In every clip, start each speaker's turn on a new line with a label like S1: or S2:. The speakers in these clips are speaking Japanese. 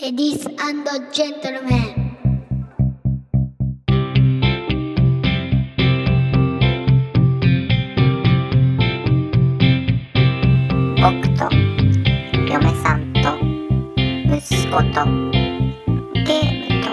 S1: Ladies and gentlemen.
S2: 僕と嫁さんと息子とゲームと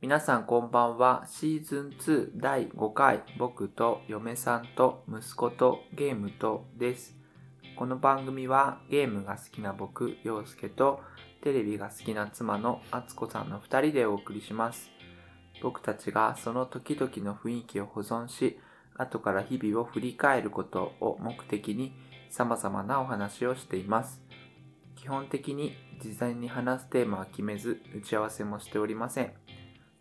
S3: 皆さんこんばんは。シーズン2第5回、僕と嫁さんと息子とゲームとです。この番組はゲームが好きな僕、陽介とテレビが好きな妻の敦子さんの2人でお送りします。僕たちがその時々の雰囲気を保存し、後から日々を振り返ることを目的に様々なお話をしています。基本的に事前に話すテーマは決めず、打ち合わせもしておりません。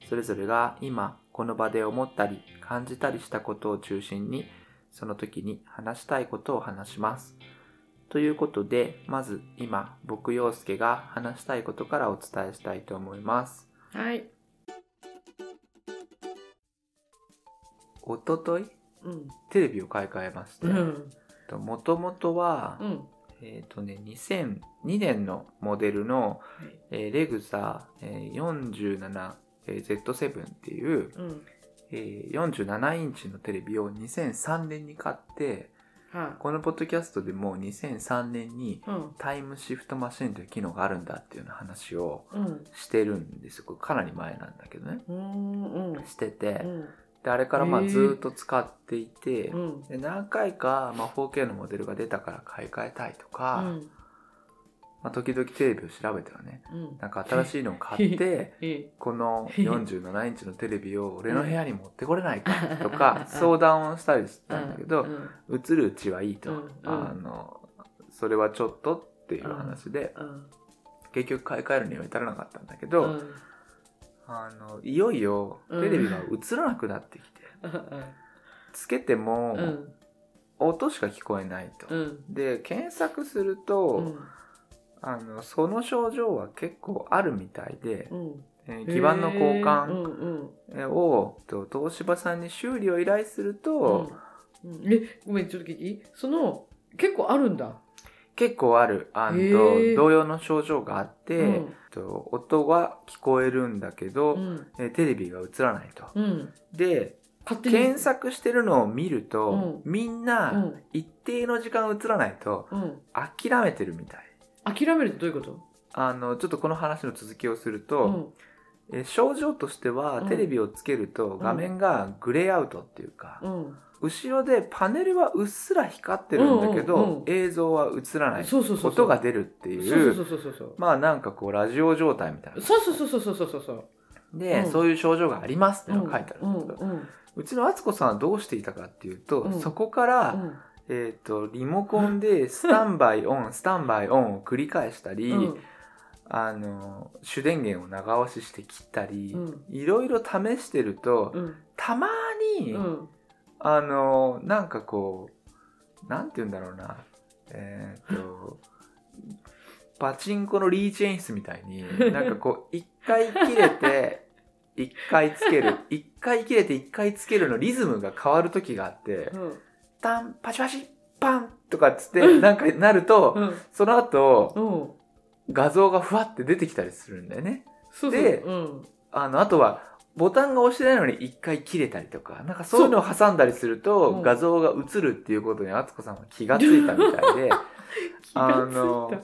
S3: それぞれが今この場で思ったり感じたりしたことを中心にその時に話したいことを話します。ということでまず今僕陽介が話したいことからお伝えしたいと思います。
S4: はい。
S3: おととい
S4: うん。
S3: テレビを買い替えまして、
S4: うん。
S3: もともとは、
S4: うん。
S3: えっ、とね2002年のモデルの、
S4: はい。
S3: えーレグザ、えー 47Z7、えー Z7 っていう、
S4: うん。
S3: えー47インチのテレビを2003年に買って
S4: は
S3: このポッドキャストでも2003年に
S4: い。うん。
S3: タイムシフトマシンという機能があるんだっていうような話を
S4: うん。
S3: してるんですよこれかなり前なんだけどね
S4: うん。うん。
S3: してて
S4: うん。
S3: であれからまあ
S4: へー
S3: ずーっと使っていて
S4: うん。
S3: で何回かまあ 4K のモデルが出たから買い替えたいとか、
S4: うん。
S3: まあ、時々テレビを調べてはね
S4: うん。
S3: なんか新しいのを買って
S4: え
S3: この47インチのテレビを俺の部屋に持ってこれないかとか相談をしたりしたんだけど、
S4: うん。
S3: 映るうちはいいと、
S4: うんうん
S3: あのそれはちょっとっていう話で、
S4: うん。
S3: 結局買い替えるには至らなかったんだけ
S4: う
S3: ど、
S4: ん。
S3: あのいよいよテレビが映らなくなってきて、つけても
S4: うん。
S3: 音しか聞こえないと。
S4: うん。
S3: で検索すると、あのその症状は結構あるみたいで、
S4: うん。
S3: えー基板の交
S4: う
S3: 換
S4: ん。うん。
S3: を、と東芝さんに修理を依頼すると、
S4: うん。え、ごめん、ちょっと聞いていいその、結構あるんだ。
S3: 結構あるあの、
S4: へー
S3: 同様の症状があって、
S4: うん。
S3: と音は聞こえるんだけど、
S4: うん。
S3: えーテレビが映らないと。
S4: うん。
S3: で
S4: 勝手に。
S3: 検索してるのを見ると、
S4: う
S3: みん
S4: う。
S3: なん一定の時間映らないと
S4: うん。
S3: 諦めてるみたい。
S4: 諦めるってどういうこと
S3: あのちょっとこの話の続きをする
S4: う
S3: と、
S4: ん。
S3: えー症状としては、
S4: うん
S3: テレビをつけると画面がグレーアウトっていうか、
S4: うん。
S3: 後ろでパネルはうっすら光ってるんだけど、
S4: うんうんうん
S3: 映像は映らない
S4: そうそうそう。
S3: 音が出るって
S4: る
S3: いう
S4: そうそうそうそうそう。
S3: まあなんかこうラジオ状態みたいな
S4: そうそうそうそうそうそうそう。
S3: で、
S4: うん
S3: そういう症状がありますって
S4: う
S3: い
S4: ん
S3: うのが書いてある
S4: うん
S3: だけど、
S4: んうん
S3: うちの敦子さんはどうしていたかっていうと、
S4: うん
S3: そこから、えー、とリモコンでスタンバイオン スタンバイオンを繰り返したり、
S4: うん
S3: あの主電源を長押しして切ったり、
S4: うん
S3: いろいろ試してると、
S4: うん
S3: たまに、
S4: うん
S3: あのなんかこうなんて言うんだろうなえっ、とパチンコのリーチ演出みたいになんかこう一回切れて一回つける一回切れて一回つけるのリズムが変わる時があって
S4: うん
S3: 「タンパチパチパン!」とかっつってなんかなると
S4: うん
S3: その後
S4: うん
S3: 画像がふわって出てきたりするんだよね。
S4: そうそう
S3: で
S4: うん
S3: あのあとはボタンが押してないのに一回切れたりとか、なんかそういうのを挟んだりする
S4: そうう
S3: と
S4: ん
S3: 画像が映るっていうことに敦子さんは気がついたみたいで、
S4: 気
S3: あ
S4: がつい
S3: の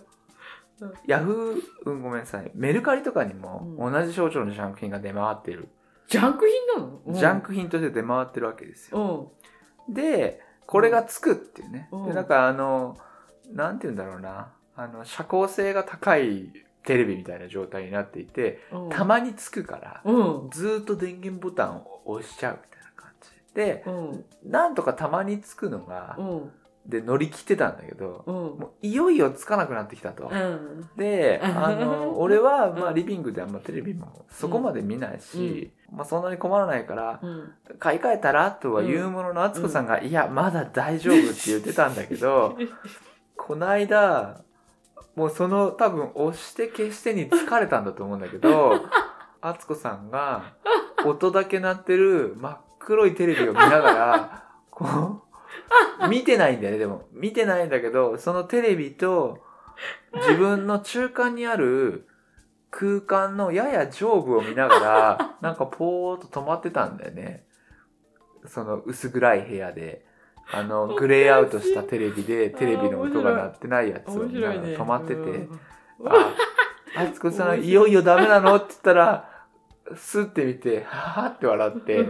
S4: た、
S3: ヤフー、うん、ごめんなさい、メルカリとかにも
S4: う
S3: 同じ症状のジャンク品が出回ってる。
S4: ジャンク品なのうん
S3: ジャンク品として出回ってるわけです
S4: う
S3: よ。で、これがつくっていうね。
S4: うん
S3: で、なんかあの、なんて言うんだろうな、あの、社交性が高いテレビみたいな状態になっていて、
S4: んうん
S3: たまにつくから、
S4: うん
S3: ずーっと電源ボタンを押しちゃうみたいな感じで
S4: うん
S3: なんとかたまにつくのが
S4: うん
S3: で乗り切ってたんだけど
S4: うん
S3: もういよいよつかなくなってきたと。
S4: うん
S3: であ の俺はまあ
S4: うん
S3: リビングであんまテレビもそこまで見ないし、まあ、そんなに困らないから
S4: うん
S3: 買い替えたらとは言うものの敦子さんが「いやまだ大丈夫」って言ってたんだけどこの間もうその多分押して消してに疲れたんだと思うんだけど、あつこさんが音だけ鳴ってる真っ黒いテレビを見ながら、こう、見てないんだよね、でも。見てないんだけど、そのテレビと自分の中間にある空間のやや上部を見ながら、なんかぽーっと止まってたんだよね。その薄暗い部屋で。あの、グレーアウトしたテレビで、テレビの音が鳴ってないやつを
S4: 面
S3: 見な
S4: 白
S3: が
S4: い
S3: ら
S4: ね。
S3: 止まって
S4: う
S3: て。
S4: ん
S3: あ、あつこさ
S4: 面白
S3: ん、
S4: い
S3: いよいよダメなのって言ったら、すって見て、ははって笑って、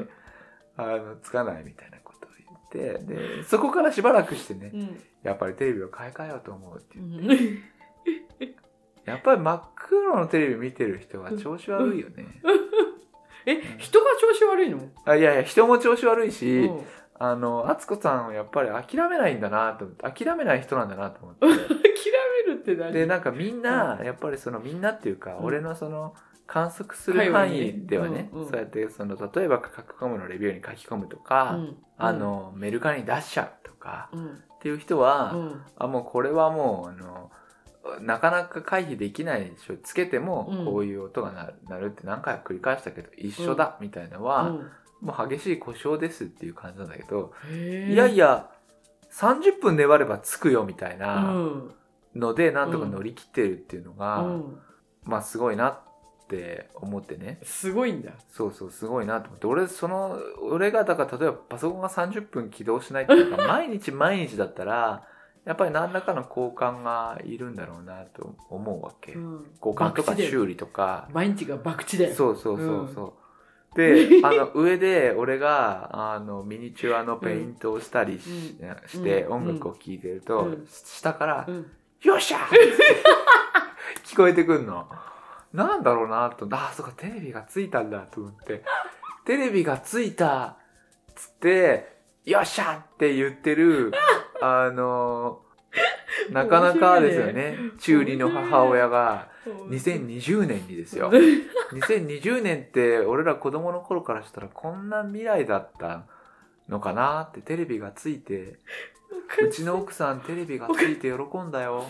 S3: あの、つかないみたいなことを言って、で、そこからしばらくしてね、
S4: うん
S3: やっぱりテレビを買い替えようと思うって
S4: う
S3: いう。
S4: ん
S3: やっぱり真っ黒のテレビ見てる人は調子悪いよね。
S4: え、人が調子悪いの
S3: あいやいや、人も調子悪いし、
S4: うん
S3: あの、あつこさんはやっぱり諦めないんだなと思って、諦めない人なんだなと思って。
S4: 諦めるって何
S3: でなんかみんなやっぱりそのみんなっていうか、俺のその観測する範囲ではね、
S4: うんうん
S3: そうやってその例えば書き込むのレビューに書き込むとか、
S4: うん
S3: あ、のメルカリに出しちゃうとか
S4: うん
S3: っていう人
S4: う
S3: は、
S4: ん
S3: あもうこれはもうあのなかなか回避できないでしょつけても
S4: うん
S3: こういう音がななるって何回も繰り返したけど一緒だみたいなのは、
S4: うん
S3: もう激しい故障ですっていう感じなんだけど、
S4: へー
S3: いやいや30分粘ればつくよみたいうな。
S4: ん
S3: のでなんとか乗り切ってるっていうのが、
S4: うん
S3: まあすごいなって思ってね
S4: すごいんだ
S3: そうそうすごいなと思って俺その俺がだから例えばパソコンが30分起動しないっていうか毎日毎日だったらやっぱり何らかの交換がいるんだろうなと思うわけ、
S4: うん
S3: 交換とか
S4: 博打だよ
S3: 修理とか
S4: 毎日が博打だよ
S3: そうそうそうそう、であの上で俺があのミニチュアのペイントをしたりし,、して
S4: うん
S3: 音楽を聴いてると、
S4: うん
S3: 下から
S4: うん
S3: よっしゃー 聞こえてくんの。なんだろうなと、あ、そうか、テレビがついたんだと思って、テレビがついたっつって、よっしゃーって言ってる、あのーなかなかですよね、中二の母親が、2020年にですよ。2020年って、俺ら子供の頃からしたらこんな未来だったのかなって、テレビがついて、うちの奥さんテレビがついて喜んだよ。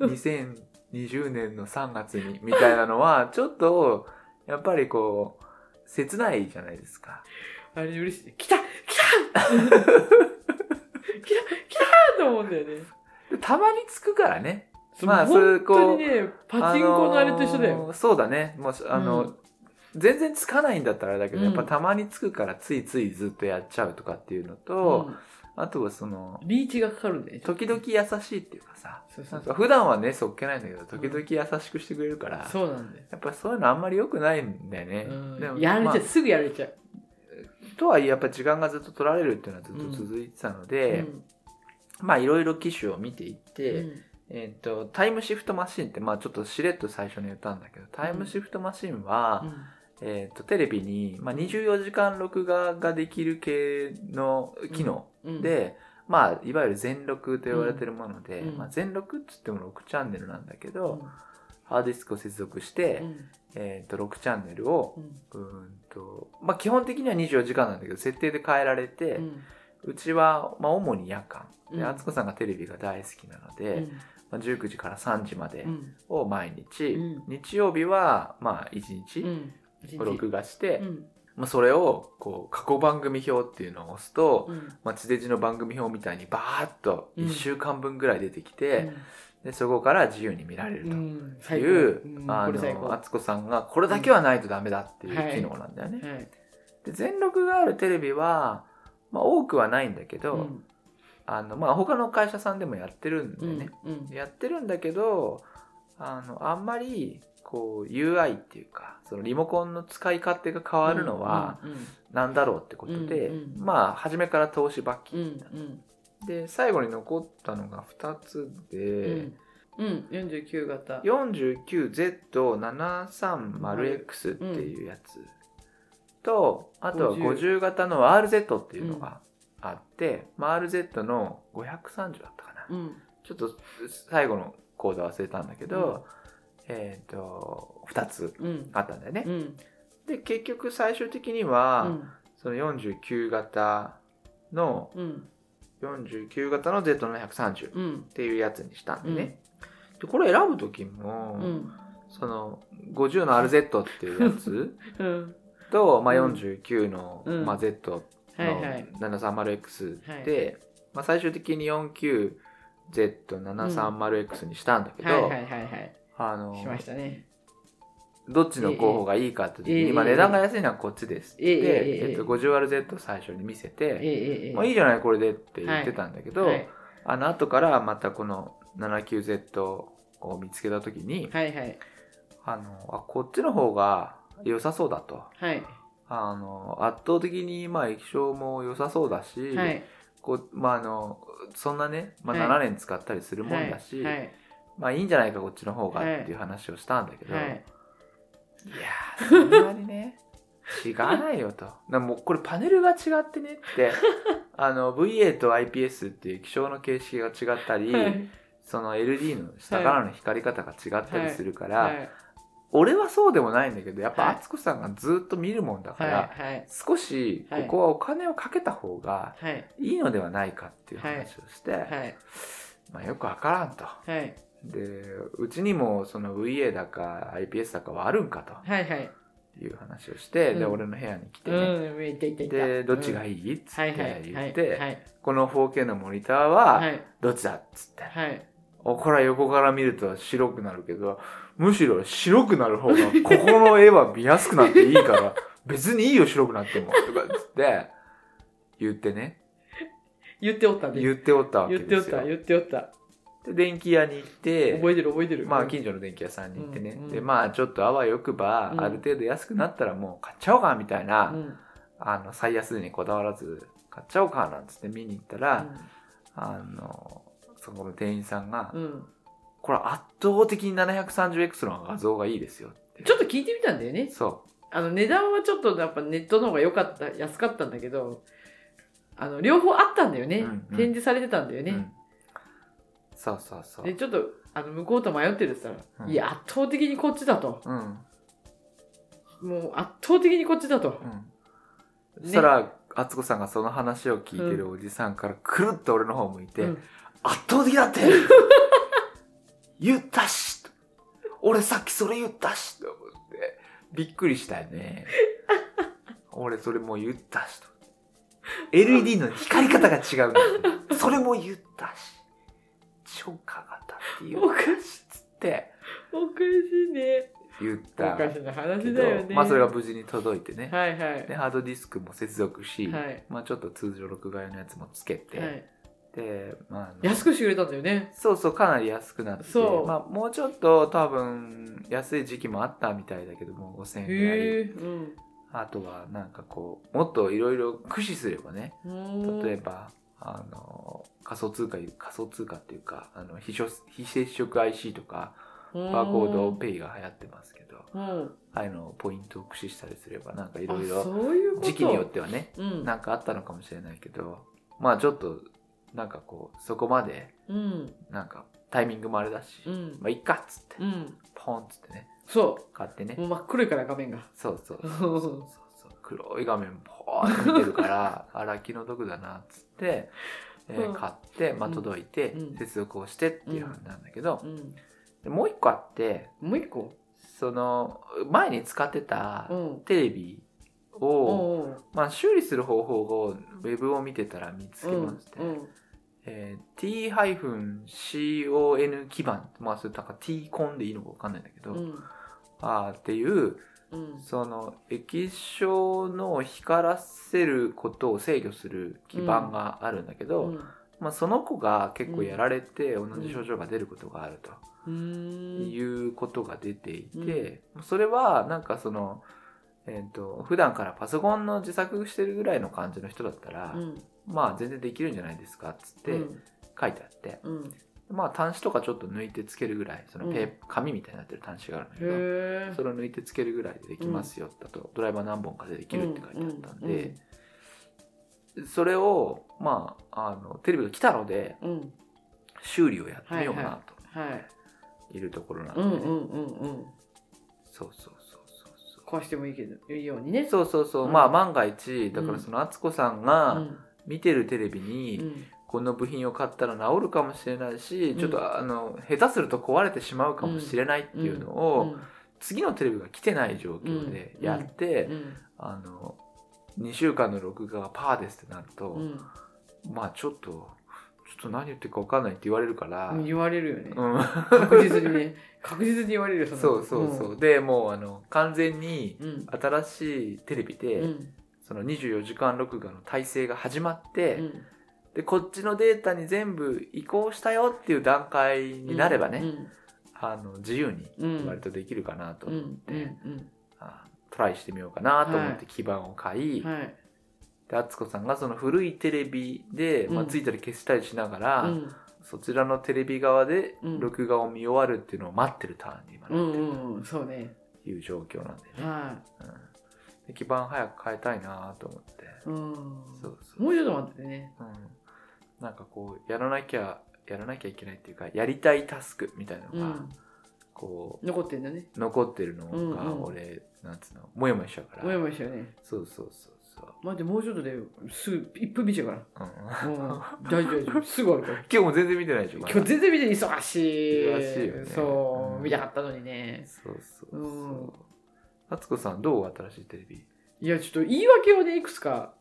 S3: 2020年の3月に、みたいなの は、ちょっと、やっぱりこう、切ないじゃないですか。
S4: あれ嬉しい来た来た 来た来たと思うんだよね
S3: でたまにつくからね。まあそれ
S4: 本
S3: こう
S4: 当にねパチンコのあれと一緒だ
S3: あの
S4: よ
S3: ーそうだね。もう、あの、
S4: うん
S3: 全然つかないんだったらあれだけど、
S4: うん
S3: やっぱたまにつくからついついずっとやっちゃうとかっていうのと、
S4: う
S3: あとはその、
S4: んリーチがかかるんだよね
S3: 時々優しいっていうかさ、
S4: そうそ
S3: なん
S4: うそう
S3: か普段はね、そっけないんだけど、時々優しくしてくれるから、
S4: そうなんだよ
S3: やっぱりそういうのあんまり良くないんだよね。で
S4: う
S3: も
S4: んやられ
S3: ま
S4: ち
S3: あ
S4: ゃうすぐやられちゃう
S3: とはいえやっぱ時間がずっと取られるっていうのはずっと続いてたので、
S4: うん
S3: まあいろいろ機種を見ていって、
S4: うん
S3: えっとタイムシフトマシンってまあちょっとしれっと最初に言ったんだけどタイムシフトマシンは、えっとテレビに、まあ、24時間録画ができる系の機能
S4: うんうん
S3: で、まあいわゆる全録と言われてるもので、
S4: うん
S3: まあ、全録っつっても6チャンネルなんだけ
S4: う
S3: ど、
S4: ん
S3: ハードディスクを接続して、
S4: うん
S3: えっと6チャンネルを
S4: うん
S3: うーんと、まあ、基本的には24時間なんだけど設定で変えられて、
S4: うん
S3: うちは、まあ、主に夜間で
S4: うん
S3: 敦子さんがテレビが大好きなので、まあ、19時から3時まで
S4: うん
S3: を毎日、
S4: うん
S3: 日曜日は、まあ、1
S4: う
S3: 日
S4: ん一日
S3: 録画して、
S4: うん
S3: まあ、それをこう過去番組表っていうのを押すと、
S4: うん
S3: まあ、地デジの番組表みたいにバーッと
S4: うん
S3: 1週間分ぐらい出てきて、でそこから自由に見られる
S4: う
S3: と。
S4: ん
S3: って
S4: 最高
S3: いう、
S4: うん
S3: あ
S4: これ最
S3: の
S4: 高
S3: 敦子さんがこれだけはないとダメだっていう
S4: はい
S3: 機能なんだよね。
S4: はい
S3: で全録があるテレビは、まあ、多くはないんだけど、
S4: うん
S3: あのまあ、他の会社さんでもやってるんだよね、
S4: うん
S3: やってるんだけどあのあんまりこう UI っていうかそのリモコンの使い勝手が変わるのは
S4: うんうん
S3: 何だろうってことで、
S4: うんうん
S3: まあ初めから東芝機、
S4: うん
S3: で最後に残ったのが2つ
S4: うん
S3: で、
S4: うんうん49型
S3: 49Z730X っていうやつ、とあとは50型の RZ っていうのがあって、まあ RZ の530だったかな、
S4: うん
S3: ちょっと最後の講座忘れたんだけど、えっ、と2つ
S4: うん
S3: あったんだよね
S4: う、ん
S3: で結局最終的には、
S4: うん
S3: その49型の
S4: うん
S3: 49型の Z730 っ
S4: うん
S3: ていうやつにしたんでね、でこれ選ぶ時
S4: う
S3: も、
S4: ん。
S3: その50の RZ っていうや つ
S4: うん。
S3: と、まあ、
S4: うん
S3: 49の、
S4: うん
S3: まあ、Z
S4: はいはい。
S3: の 730X で、
S4: は
S3: まあ、最終的に 49Z730X にしたんだけど、
S4: はいはいはいはい。
S3: あ
S4: しま
S3: の
S4: したね。
S3: どっちの候補がいいかって時に、
S4: ええ
S3: 今値段が安いのはこっちですって、
S4: ええええ
S3: えっと、50RZ を最初に見せて、
S4: ええええええ。
S3: まあ、いいじゃないこれでって言ってたんだけど、
S4: はい
S3: あの後からまたこの 79Z を見つけた時に、
S4: はいはい。
S3: あのあこっちの方が良さそうだと
S4: はい。
S3: あの圧倒的にまあ液晶も良さそうだし、
S4: はい。
S3: こうまあ、あのそんなね、まあ、
S4: はい
S3: 7年使ったりするもんだし、
S4: はい。はい
S3: まあいいんじゃないかこっちの方が
S4: はい
S3: っていう話をしたんだけど、、
S4: はいい。
S3: やーそんなにね違わないよとなもうこれパネルが違ってねって あの VA と IPS っていう液晶の形式が違ったり、
S4: はい
S3: その LD の下からの光り方が違ったりするから、
S4: はい
S3: 俺はそうでもないんだけどやっぱ
S4: はい
S3: 敦子さんがずっと見るもんだから、
S4: はい
S3: 少しここはお金をかけた方が
S4: はい
S3: いいのではないかっていう話をして、
S4: はい
S3: まあ、よくわからんと。
S4: はい
S3: でうちにもその VA だか IPS だかはあるんか
S4: はいはい。
S3: という話をして、で
S4: うん
S3: 俺の部屋に来て
S4: う
S3: ね、
S4: ん、いたいたいた。
S3: でどっちが
S4: いい
S3: いいっつっ
S4: は
S3: て
S4: いはい。
S3: 言っ
S4: はいは
S3: て
S4: い。
S3: この 4K のモニター
S4: は。
S3: はいどっちだっつって、
S4: はい。
S3: おこれは横から見ると白くなるけどむしろ白くなる方がここの絵は見やすくなっていいから 別にいいよ白くなってもとかっつって言ってね
S4: 言っておったね。
S3: 言っておったわけ
S4: 言ってお
S3: です
S4: っ
S3: よ
S4: た、言っておった。
S3: で電気屋に行って
S4: 覚えてる覚えてる。
S3: まあ
S4: うん
S3: 近所の電気屋さんに行ってね、
S4: うんうん
S3: でまあちょっとあわよくば、
S4: うん
S3: ある程度安くなったらもう買っちゃおうかみたいな、
S4: うん
S3: あの最安値にこだわらず買っちゃおうかなんつって見に行ったら、あのそこの店員さんが、
S4: うんうん
S3: これ圧倒的に 730X の画像がいいですよって
S4: ちょっと聞いてみたんだよね。
S3: そ
S4: あの値段はちょっとやっぱネットの方が良かった、安かったんだけど、あの両方あったんだよね。
S3: うんうん
S4: 展示されてたんだよ
S3: う、
S4: ね。
S3: うんそうそうそう
S4: で、ちょっとあの向こうと迷ってるって言ったら、
S3: うん
S4: いや、圧倒的にこっちだと。
S3: うん
S4: もう圧倒的にこっちだと。
S3: うん
S4: ね
S3: そしたら敦子さんがその話を聞いてるおじさんからくるっと俺の方向いて、
S4: うん
S3: 圧倒的だ って言ったし俺さっきそれ言ったしと思ってびっくりしたよ ね俺それもう言ったしと LED の光り方が違うんだよそれも言ったし超過型っていう
S4: おかしい、
S3: つって
S4: おかしいね。
S3: 言っ
S4: お
S3: た
S4: か
S3: け
S4: しな話だよ
S3: ど、
S4: ね。
S3: まあそれが無事に届いてね、
S4: はいはい。
S3: でハードディスクも接続し、
S4: はい。
S3: まあ、ちょっと通常録画用のやつもつけて、
S4: はい、
S3: で、まああの、
S4: 安くしてくれたんだよね。
S3: そうそうかなり安くなって
S4: そう
S3: まあ、もうちょっと多分安い時期もあったみたいだけども5000円ぐらい
S4: へえ。うん
S3: あとはなんかこうもっといろいろ駆使すればね
S4: うーん。
S3: 例えばあの仮想通貨仮想通貨っていうかあの非接非接触 IC とかバーコードペイが流行ってますけど
S4: うん、
S3: ああいうのをポイントを駆使したりすればなんかい
S4: あ
S3: ろいろ
S4: そういうこと
S3: 時期によってはね
S4: うん
S3: なんかあったのかもしれないけどまあちょっとなんかこうそこまで
S4: うん
S3: なんかタイミングもあれだし、
S4: うん
S3: まあいっかっつって、
S4: うん
S3: ポンっつってね
S4: そ
S3: 買ってね、
S4: うもう真っ黒いから画面が
S3: そうそう
S4: う
S3: そ
S4: ん
S3: うそうそう黒い画面ポーンって見てるから あら気の毒だなっつって、えー
S4: うん
S3: 買って、まあ、
S4: うん
S3: 届いて、
S4: うん
S3: 接続をしてっていう話なんだけど
S4: う、ん
S3: でもう一個あって
S4: もう一個
S3: その前に使ってた
S4: うん
S3: テレビ
S4: お
S3: を、
S4: おう
S3: まあ、修理する方法をウェブを見てたら見つ
S4: う
S3: け
S4: ん
S3: まして、
S4: うん
S3: えー T-CON 基盤まあそれだから T コンでいいのかわかんないんだけど、
S4: うん
S3: あーっていう
S4: うん
S3: その液晶の光らせることを制御する基盤があるんだけど、まあ、その子が結構やられて同じ症状が出ることがある
S4: う
S3: と
S4: ん
S3: いうことが出ていて、それはなんかその。えー、と普段からパソコンの自作してるぐらいの感じの人だったら、
S4: うん
S3: まあ全然できるんじゃないですかっつって
S4: うん
S3: 書いてあって、
S4: うん
S3: まあ端子とかちょっと抜いてつけるぐらいそのペー、
S4: うん
S3: 紙みたいになってる端子があるんだけど
S4: へえ
S3: それを抜いてつけるぐらいでできますよだと、ドライバー何本かでできるって書いてあったんで、それをまああのテレビが来たので
S4: うんうん
S3: 修理をやってみようか
S4: は
S3: なと
S4: はい
S3: いうところなんで、
S4: う
S3: ね
S4: んうんうんうん
S3: そうそうそうそう
S4: 壊してもいいけどいいようにね
S3: そうそうそうそう、
S4: うん
S3: まあ万が一だか
S4: う
S3: ら
S4: ん
S3: その敦子さん
S4: う
S3: が
S4: ん
S3: 見てるテレビ
S4: う
S3: に
S4: ん
S3: この部品を買ったら治るかもしれないし、
S4: うん
S3: ちょっとあの下手すると壊れてしまうかもしれないっていうのを、
S4: うん
S3: 次のテレビが来てない状況でやって、
S4: うん
S3: あの2週間の録画がパーですってなると、
S4: う
S3: まあちょっとちょっと何言ってるか分かんないって言われるから、うん
S4: ん、言われるよね、
S3: そ
S4: 確実にね確実に言われるよそんなの
S3: うそうそう、でもうあの完全に
S4: うん
S3: 新しいテレビで、
S4: うん
S3: その24時間録画の体制が始まって、
S4: うん
S3: でこっちのデータに全部移行したよっていう段階になればね、あの自由に
S4: うんうん
S3: 割とできるかなと、
S4: うんうん
S3: あトライしてみようかなと思って基板を買い、
S4: うんはい
S3: で敦子さんがその古いテレビで、まあ、
S4: うん
S3: ついたり消したりしながら、
S4: うん
S3: そちらのテレビ側で
S4: うん
S3: 録画を見終わるっていうのを待ってるターンに今
S4: う
S3: なっ
S4: ん
S3: て
S4: う
S3: る
S4: んうんそうね
S3: という状況なんでね、
S4: は
S3: うんで基板早く変えたいなと思って、
S4: いうん
S3: そうそう、
S4: もうちょっと待っててね
S3: うん、なんかこうやらなきゃやらなきゃいけないっていうかやりたいタスクみたいなの
S4: う
S3: が、
S4: ん
S3: こう
S4: 残ってんだね
S3: 残ってるの
S4: うん
S3: が
S4: うん
S3: 俺、なんつうのモヤモヤしちゃうから
S4: もやもやしたよね
S3: そうそうそうそう、
S4: 待ってもうちょっとだよすぐ1分見ちゃうから
S3: うん、
S4: うん大丈夫大丈夫すぐあるから
S3: 今日も全然見てないでしょまだ
S4: 今日全然見てない忙しい
S3: 忙しいよね
S4: そう、
S3: うん
S4: 見たかったのにね
S3: そうそうそう
S4: うん
S3: あつこさんどう新しいテレビ
S4: いやちょっと言い訳をねいくつか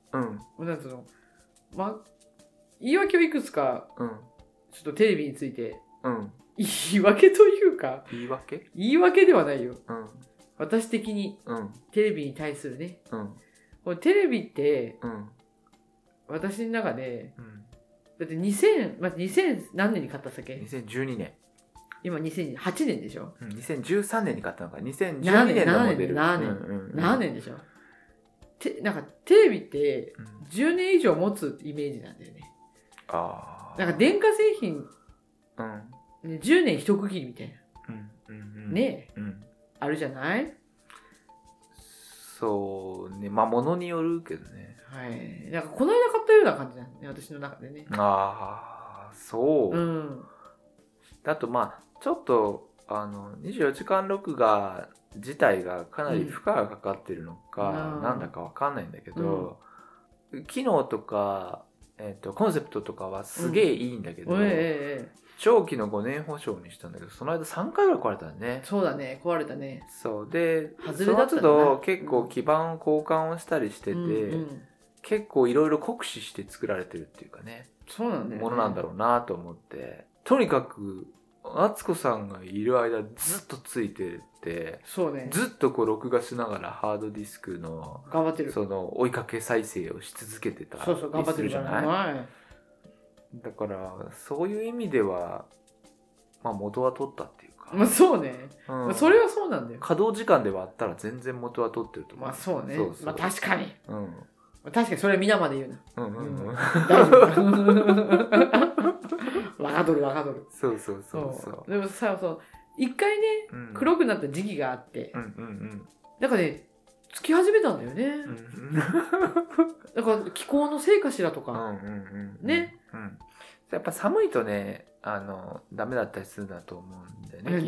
S3: うん
S4: なんつうのま言い訳をいくつか
S3: うん
S4: ちょっとテレビについて
S3: うん
S4: 言い訳というか
S3: 言い訳
S4: 言い訳ではないよ
S3: うん
S4: 私的に
S3: うん
S4: テレビに対するね
S3: うん
S4: このテレビって
S3: うん
S4: 私の中で
S3: うん
S4: だって2000、まあ、2000何年に買ったっすっけ
S3: 2012年、
S4: 今2008年でしょ
S3: うん、2013年に買ったのか
S4: 何
S3: 2012
S4: 年
S3: 年のモデル
S4: 何年
S3: うんうんうん
S4: 何年でしょてなんかテレビって
S3: うん
S4: 10年以上持つイメージなんだよね
S3: ああ
S4: なんか電化製品
S3: うん
S4: ね10年一区切りみたい
S3: うんうんう
S4: なんね
S3: うん
S4: あるじゃない
S3: そうねまあものによるけどね
S4: はいなんかこの間買ったような感じなんだね私の中でね
S3: ああそう、
S4: うん
S3: あとまあちょっとあの24時間録画自体がかなり負荷がかかってるのか、
S4: うん
S3: なんだかわかんないんだけど、機能とか、えっとコンセプトとかはすげえいいんだけど、
S4: おいえ
S3: 長期の5年保証にしたんだけどその間3回ぐらい壊れたんだね
S4: え。そうだね壊れたね
S3: そうで
S4: 外
S3: そ
S4: れだ
S3: の
S4: ったんだな
S3: 都度結構基板を交換をしたりしてて、
S4: うんうん
S3: 結構いろいろ酷使して作られてるっていうかね
S4: そうなんだよね
S3: ものなんだろうなと思って、とにかく敦子さんがいる間ずっとついてて
S4: そうね
S3: ずっとこう録画しながらハードディスクの
S4: 頑張ってるそう
S3: その追いかけ再生をし続けてたり
S4: そう頑張って
S3: する
S4: る
S3: じ
S4: か
S3: ゃ
S4: ら
S3: ない
S4: はい
S3: だからそういう意味では、まあ、元は取ったっていうか、
S4: まあそうね、
S3: うん
S4: まあ、それはそうなんだよ
S3: 稼働時間ではあったら全然元は取ってると思う、
S4: まあそうね
S3: そうそう
S4: まあ確かに
S3: うん
S4: まあ確かにそれは皆まで言う な
S3: うんうんうん
S4: 大丈夫わかどるわかどる
S3: そうそうそうそう
S4: でもさその一回ね
S3: うん
S4: 黒くなった時期があって、
S3: うんうん
S4: なんかねつき始めたんだよね、
S3: うんうん
S4: だから気候のせいかしらと
S3: う
S4: か、
S3: んうんうん
S4: ね、
S3: うん、やっぱ寒いとねあのダメだったりするんだと思うんだよね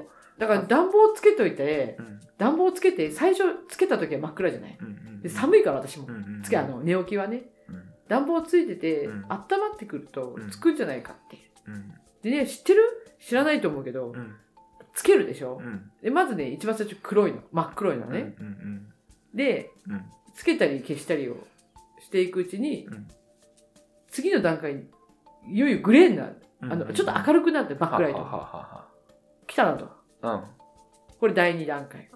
S3: きっ
S4: だから暖房つけといて
S3: と、うん
S4: 暖房つけて最初つけた時は真っ暗じゃない
S3: うんうんうん、
S4: で寒いから私も、
S3: うんうんうん
S4: つけあの寝起きはね
S3: うん
S4: 暖房ついてて、
S3: うん
S4: 温まってくると
S3: うん
S4: つくんじゃないかって
S3: うん
S4: でね知ってる知らないと思うけど、
S3: うん
S4: つけるでしょ、
S3: うん
S4: でまずね一番最初黒いの真っ黒いの
S3: うん
S4: ね、
S3: うんうん
S4: で
S3: うん
S4: つけたり消したりをしていくうちに、
S3: うん
S4: 次の段階にいよいよグレーになる、
S3: うん
S4: あのちょっと明るくなって真っ暗い
S3: はは
S4: と
S3: は
S4: 来たなと
S3: は
S4: これ第2段階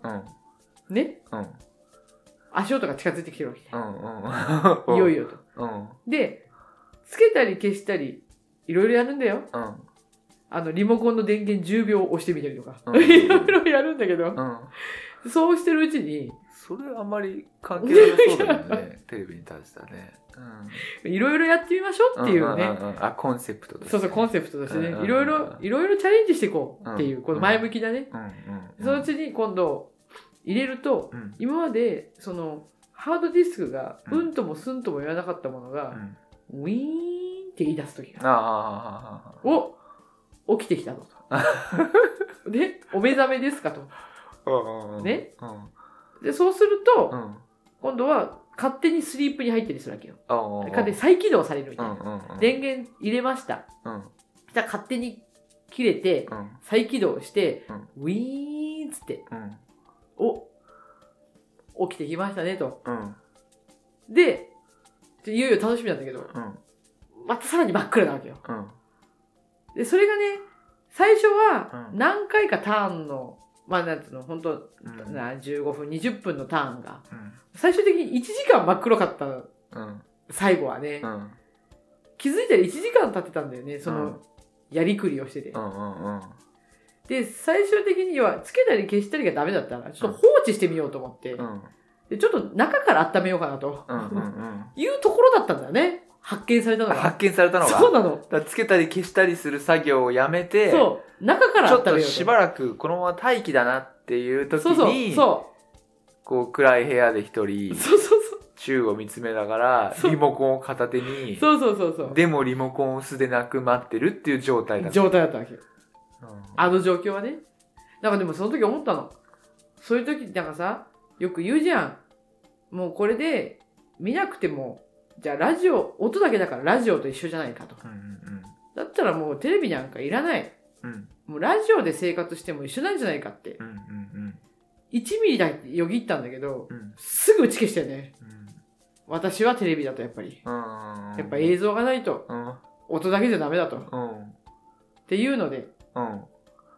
S3: うん
S4: ね
S3: うん
S4: 足音が近づいてきてるわけ
S3: う
S4: ね
S3: んうん
S4: いよいよと
S3: うん
S4: でつけたり消したりいろいろやるんだよ
S3: うん
S4: あのリモコンの電源10秒押してみたりとか、
S3: うん
S4: いろいろやるんだけ
S3: う
S4: ど、
S3: ん
S4: そうしてるうちに
S3: それあんまり関係なさそうだよねテレビに対してはね
S4: いろいろやってみましょ
S3: う
S4: うんっていうね、
S3: んんんあコンセプト
S4: そうそうコン
S3: セ
S4: セプトとして
S3: うんうんう
S4: ね
S3: ん
S4: いろいろいろいろチャレンジしていこうっていううんこの前向きなね
S3: プトうんうんうん
S4: そのうちに今度入れると
S3: うん
S4: 今までそのハードディスクが
S3: うん
S4: うんともすんとも言わなかったもの
S3: う
S4: が
S3: ん
S4: ウィーンって言い出す時が
S3: ああ
S4: お起きてきたぞ と。でお目覚めですかと。
S3: うんうんうん
S4: ね
S3: うん
S4: でそうする
S3: う
S4: と
S3: ん
S4: 今度は勝手にスリープに入ったりするわけよ。
S3: おー
S4: 勝手に再起動されるみ
S3: う
S4: たい
S3: ん
S4: な。
S3: うんうん
S4: 電源入れました。
S3: うん
S4: じゃあ勝手に切れて、
S3: うん
S4: 再起動して、
S3: うん
S4: ウィーンっつって、
S3: うん
S4: お起きてきましたねと。
S3: うん
S4: で、ちょいよいよ楽しみなんだけど、
S3: うん
S4: またさらに真っ暗なわけよ。
S3: うん
S4: で、それがね、最初は
S3: うん
S4: 何回かターンの、まあなんつうの、本当
S3: うん
S4: な15分、20分のターンが、
S3: うん
S4: 最終的に1時間真っ黒かった、
S3: うん
S4: 最後はね
S3: う。ん
S4: 気づいたら1時間経ってたんだよね、そうの
S3: ん、
S4: やりくりをしてて
S3: う。んうん
S4: で、最終的には、つけたり消したりがダメだったら、ちょっと放置してみようと思って
S3: う、ん
S4: でちょっと中から温めようかなと、
S3: うんうん
S4: いうところだったんだよね。発見されたの
S3: うん
S4: が。
S3: 発見されたのが
S4: そうな
S3: だ
S4: の。
S3: からつけたり消したりする作業をやめて
S4: そう。中から
S3: ちょっ
S4: 温めよ
S3: と
S4: うと。
S3: しばらくこのまま待機だなっていう時
S4: そうそう。
S3: に
S4: そ
S3: こう暗い部屋で一人
S4: う。そうそう
S3: 宙を見つめながら
S4: そう
S3: リモコンを片手に
S4: そう。そうそうそう
S3: でもリモコンを素でなくなってるっていう状態だ
S4: そう。
S3: った、
S4: 状態だったわけよ。
S3: うん
S4: あの状況はね。なんかでもその時思ったの。そういう時なんかさ、よく言うじゃん。もうこれで見なくても、じゃあラジオ、音だけだからラジオと一緒じゃないかと。
S3: うん
S4: だったらもうテレビなんかいらない。
S3: うんうん
S4: もうラジオで生活しても一緒なんじゃないかって。
S3: うんうん
S4: 1ミリだけよぎったんだけど、
S3: うんうん
S4: すぐ打ち消したよね。
S3: うん
S4: 私はテレビだとやっぱり。
S3: うん
S4: やっぱ映像がないと、
S3: うん
S4: 音だけじゃダメだと。っ
S3: うん
S4: ていうので、
S3: うん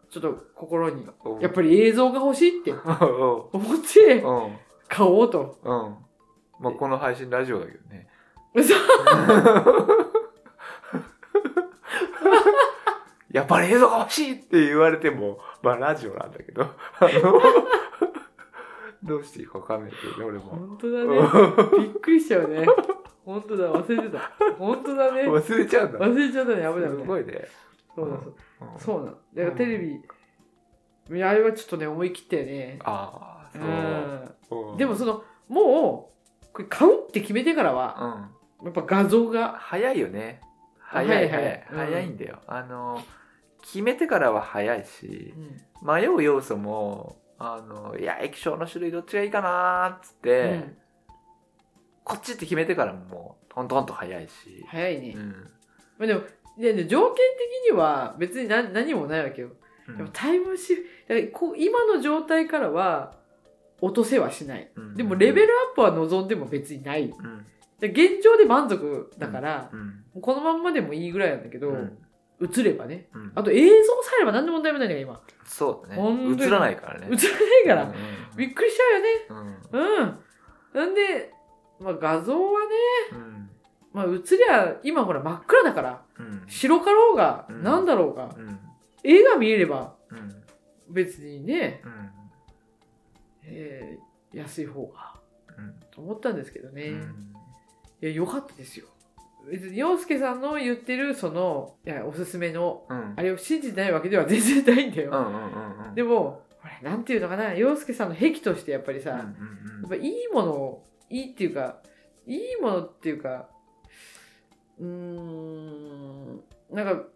S4: ちょっと心に、
S3: うん
S4: やっぱり映像が欲しいって
S3: うん
S4: 思って
S3: うんうん
S4: 買おうと。
S3: まあこの配信ラジオだけどね
S4: 嘘
S3: やっぱり映像が欲しいって言われてもまあラジオなんだけどあ のどうしていいかわかんないけどね俺も
S4: 本当だ
S3: う
S4: ね。
S3: ん
S4: びっくりしちゃうね。本当だ、忘れてた。本当だね。
S3: 忘れちゃうんだ
S4: 忘れちゃったね、危な
S3: す
S4: い危な
S3: ご
S4: い。
S3: いね
S4: そうだそう
S3: うん
S4: そうなの。だからテレビ、いやあれはちょっとね、思い切ったよね。
S3: ああそう、
S4: う。
S3: うんん
S4: でもその、もう、これ買うって決めてからは、
S3: うん
S4: やっぱ画像が、
S3: 早いよね
S4: あ
S3: 早い
S4: 早
S3: 早
S4: い
S3: い
S4: 早い
S3: 早いんだよ、あの決めてからは早いし
S4: うん
S3: 迷う要素もあのいや液晶の種類どっちがいいかなーっつって、
S4: うん
S3: こっちって決めてからももうトントンと早いし、
S4: 早いね
S3: う。ん
S4: まあでも、いやでも条件的には別に何何もないわけよ。
S3: うん
S4: でもタイムシフト、だからこう今の状態からは落とせはしない。
S3: うん
S4: でもレベルアップは望んでも別にない。
S3: うん
S4: で現状で満足だから、
S3: うん
S4: もうこのまんまでもいいぐらいなんだけど、
S3: うん
S4: 映ればね。
S3: うん
S4: あと映像さえあれば何でも問題もないのよ、今。
S3: そうだ
S4: ほん
S3: ね
S4: とに
S3: 映らないからね
S4: 映らないから、
S3: うん
S4: びっくりしちゃうよね。
S3: うん
S4: うん。なんで、まあ画像はね、
S3: うん
S4: まあ映りゃ、今ほら真っ暗だから、
S3: うん
S4: 白かろうが、
S3: うん
S4: なんだろうが、
S3: うん
S4: 絵が見えれば
S3: うん
S4: 別にね、
S3: うん
S4: えー安い方が、
S3: うん
S4: と思ったんですけどね。
S3: うん
S4: いや、良かったですよ。別に、洋介さんの言ってる、その、いや、おすすめの、
S3: うん
S4: あれを信じてないわけでは全然ないんだ
S3: う
S4: よ。
S3: んうんうんうん
S4: でも、ほら、なんていうのかな、洋介さんの癖としてやっぱりさ、
S3: うんう
S4: や
S3: ん
S4: っぱいいものを、いいっていうか、いいものっていうか、うーん、なんか、う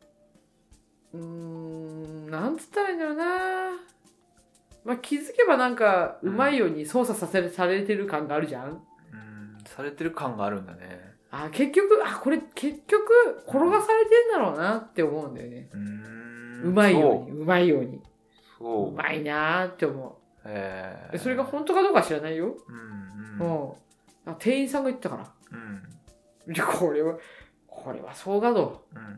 S4: ーん、なんつったらいいんだろうな。まあ、気づけばなんか、うまいように操作させる、されてる感があるじゃん
S3: うんされてる感があるんだね
S4: あ結局あこれ結局転がされてんだろうなって思うんだよね
S3: うーん
S4: うまいようにうまいように
S3: そう
S4: う
S3: そう
S4: まいなーって思
S3: え
S4: う
S3: ー
S4: それが本当かどうかは知らないよ、
S3: うん
S4: う
S3: うん
S4: んあ店員さんが言ったから
S3: うん
S4: いやこれはこれはそうだぞ、
S3: うんま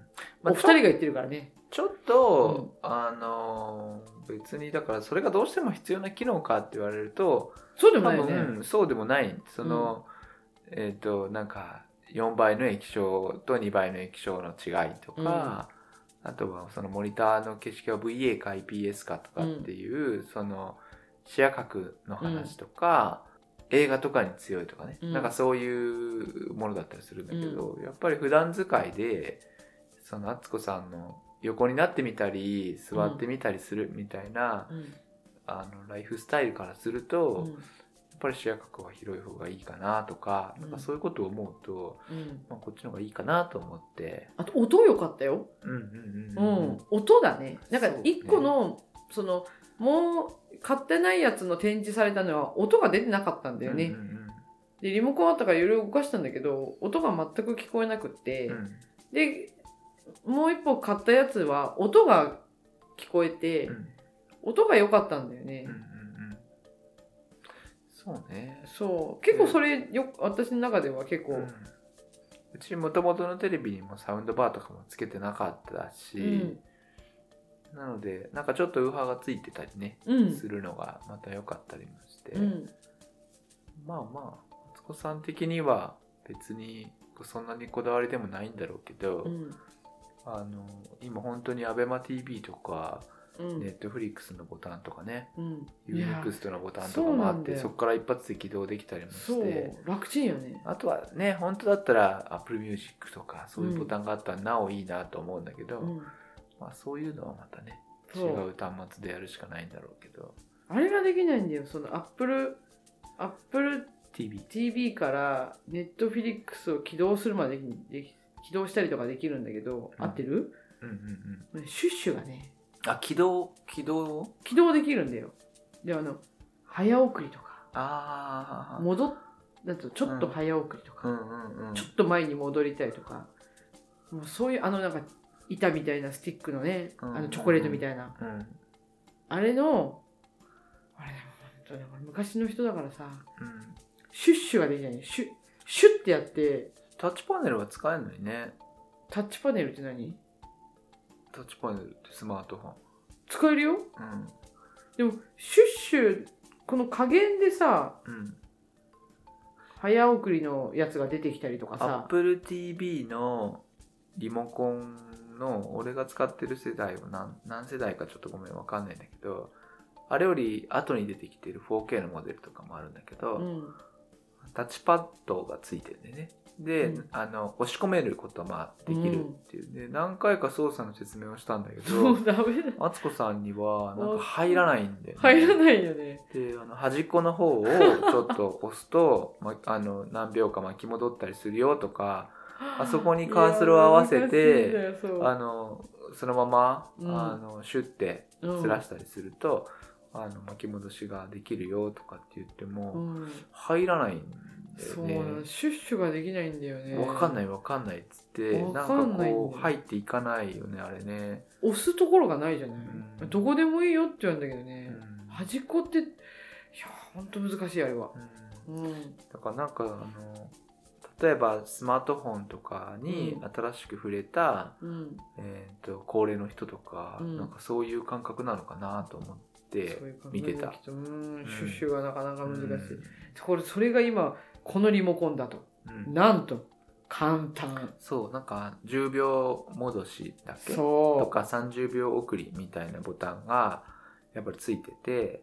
S3: あ
S4: お二人が言ってるからね
S3: ちょっと、あのー別にだからそれがどうしても必要な機能かって言われると
S4: そうで
S3: 多
S4: もないよね
S3: 分そうでもないその、えっ、となんか4倍の液晶と2倍の液晶の違いとか、あとはそのモニターの景色は VA か IPS かとかっていう、その視野角の話とか、映画とかに強いとかね、
S4: うん
S3: なんかそういうものだったりするんだけど、やっぱり普段使いでその敦子さんの横になってみたり座ってみたりするみたいな、
S4: うん
S3: あのライフスタイルからすると、
S4: うん
S3: やっぱり視野角は広い方がいいかなとか,、
S4: うん
S3: なんかそういうことを思うと、
S4: うん
S3: まあ、こっちの方がいいかなと思って。
S4: あと音良かったよ、
S3: うん
S4: うん音だねなんか
S3: そうね
S4: 一個のそ,、のもう買ってないやつの展示されたのは音が出てなかったんだよね、
S3: うんうん
S4: でリモコンあったからいろいろ動かしたんだけど音が全く聞こえなくって、
S3: うん
S4: でもう一本買ったやつは音が聞こえて、
S3: うん
S4: 音が良かったんだよね、
S3: うんうんうんそうね
S4: そう結構それよ私の中では結構、
S3: うんうちもともとのテレビにもサウンドバーとかもつけてなかったし、
S4: うん
S3: なのでなんかちょっとウーハーがついてたりね、
S4: うん
S3: するのがまた良かったりもして、
S4: うん
S3: まあまあ敦子さん的には別にそんなにこだわりでもないんだろうけど、
S4: うん
S3: あの今本当に ABEMATV とか、
S4: うん
S3: ネッ Netflix のボタンとかね
S4: うんいや
S3: UNEXT のボタンとかもあっ
S4: そうなんだ
S3: て
S4: よ
S3: そこから一発で起動できたりもし
S4: そ
S3: て
S4: う楽ちんよね
S3: あとはね本当だったら Apple Music とかそういううんボタンがあったらなおいいなと思うんだけど、
S4: うん
S3: まあ、そういうのはまたね違
S4: そう
S3: う端末でやるしかないんだろうけど
S4: あれができないんだよそのアップルアップル
S3: TV
S4: TV からネットフィリックスを起動するまでにでき起動したりとかできるんだけど、
S3: うん
S4: 合ってる
S3: うんうんうん
S4: シュッシュがね
S3: あ起動起動
S4: 起動できるんだよであの早送りとか
S3: ああ
S4: 戻っなんつうのちょっと早送りとか、
S3: うんうんうん
S4: ちょっと前に戻りたいとかもうそういうあのなんか板みたいなスティックのね、
S3: うん
S4: あのチョコレートみたいな
S3: うん
S4: あれのあれ本当に俺昔の人だからさ
S3: うん
S4: シュッシュができないのシュッシュッってやって
S3: タッチパネルは使えるのにね
S4: タッチパネルって何
S3: タッチパネルってスマートフォン
S4: 使えるよ
S3: うん
S4: でもシュッシュこの加減でさ
S3: うん、
S4: 早送りのやつが出てきたりとかさ
S3: Apple TV のリモコンの俺が使ってる世代は何何世代かちょっとごめんわかんないんだけどあれより後に出てきてる 4K のモデルとかもあるんだけど、
S4: うん
S3: タッチパッドがついてるんでねで、
S4: うん
S3: あの押し込めることができるっていう、で何回か操作の説明をしたんだけ
S4: そ
S3: ど
S4: うダメだ
S3: 敦子さんにはなんか入らないんで、
S4: 入らないよね
S3: であの端っこの方をちょっと押すと、ま、あの何秒か巻き戻ったりするよとかあそこにカーソルを合わせて
S4: いや難しいんだよそう
S3: あのそのまま、
S4: うん
S3: あのシュッて
S4: うん
S3: ずらしたりすると、あの巻き戻しができるよとかって言って
S4: う
S3: も
S4: ん
S3: 入らないんだ
S4: そ
S3: よ
S4: う
S3: ね
S4: な。のシュッシュができないんだよね
S3: わかんないいわかんないっつって
S4: わ
S3: なん
S4: か
S3: か
S4: んないんだよ
S3: こう入っていかないよねあれね、
S4: 押すところがないじゃない、
S3: うん
S4: どこでもいいよって言うんだけどね、
S3: うん
S4: 端っこっていやほんと難しいあれは
S3: うん
S4: うん
S3: だからなんかあの例えばスマートフォンとかに
S4: う
S3: 新しく触れた、
S4: うん
S3: えー、と高齢の人とか、
S4: うん
S3: なんかそういう感覚なのかなと思って
S4: そういう感じ
S3: 見てた
S4: だけどうんシュッシュがなかなか難しい、
S3: うん
S4: これそれが今このリモコンだと
S3: うん
S4: なんと簡単
S3: そうなんか10秒戻しだっけと
S4: そ
S3: か30秒送りみたいなボタンがやっぱりついてて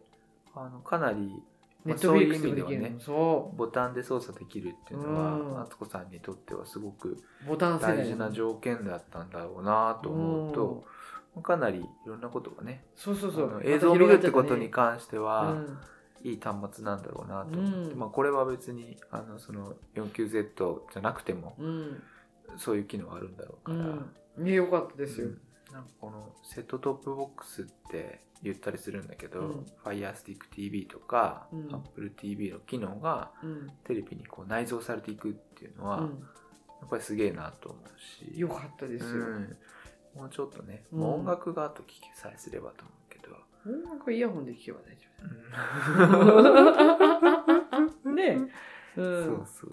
S3: あのかなり
S4: うネット
S3: そ
S4: フ
S3: う
S4: ィ
S3: い
S4: リッ
S3: う
S4: ク
S3: 意
S4: ス
S3: 味で
S4: でもで
S3: は
S4: きる
S3: ね
S4: のそ
S3: ボタンで操作できるっていうの
S4: うん
S3: は敦子さんにとってはすごく
S4: うボタン世代
S3: 大事な条件だったんだろうなと思うと、かなりいろんなことがね
S4: そうそうそう
S3: あの映像を見るってことに関して
S4: ま
S3: は、
S4: た広がっちゃったね
S3: いい端末なんだろうなと思って、
S4: うん
S3: まあ、これは別にあのその 49Z じゃなくても
S4: うんうん
S3: そういう機能があるんだろうから、
S4: うん、いや良かったですよ、
S3: うんなんかこのセットトップボックスって言ったりするんだけど、
S4: うん
S3: FirestickTV とか、
S4: うん
S3: AppleTV の機能が
S4: うん
S3: テレビにこう内蔵されていくっていうの
S4: う
S3: は、
S4: ん、
S3: やっぱりすげえなと思うし
S4: 良かったですよ、
S3: うんもうちょっとね、
S4: うん
S3: もう音楽があと聴けさえすればと思うけど、
S4: 音楽イヤホンで聞けば大 丈夫
S3: うん
S4: ね、う
S3: そうそう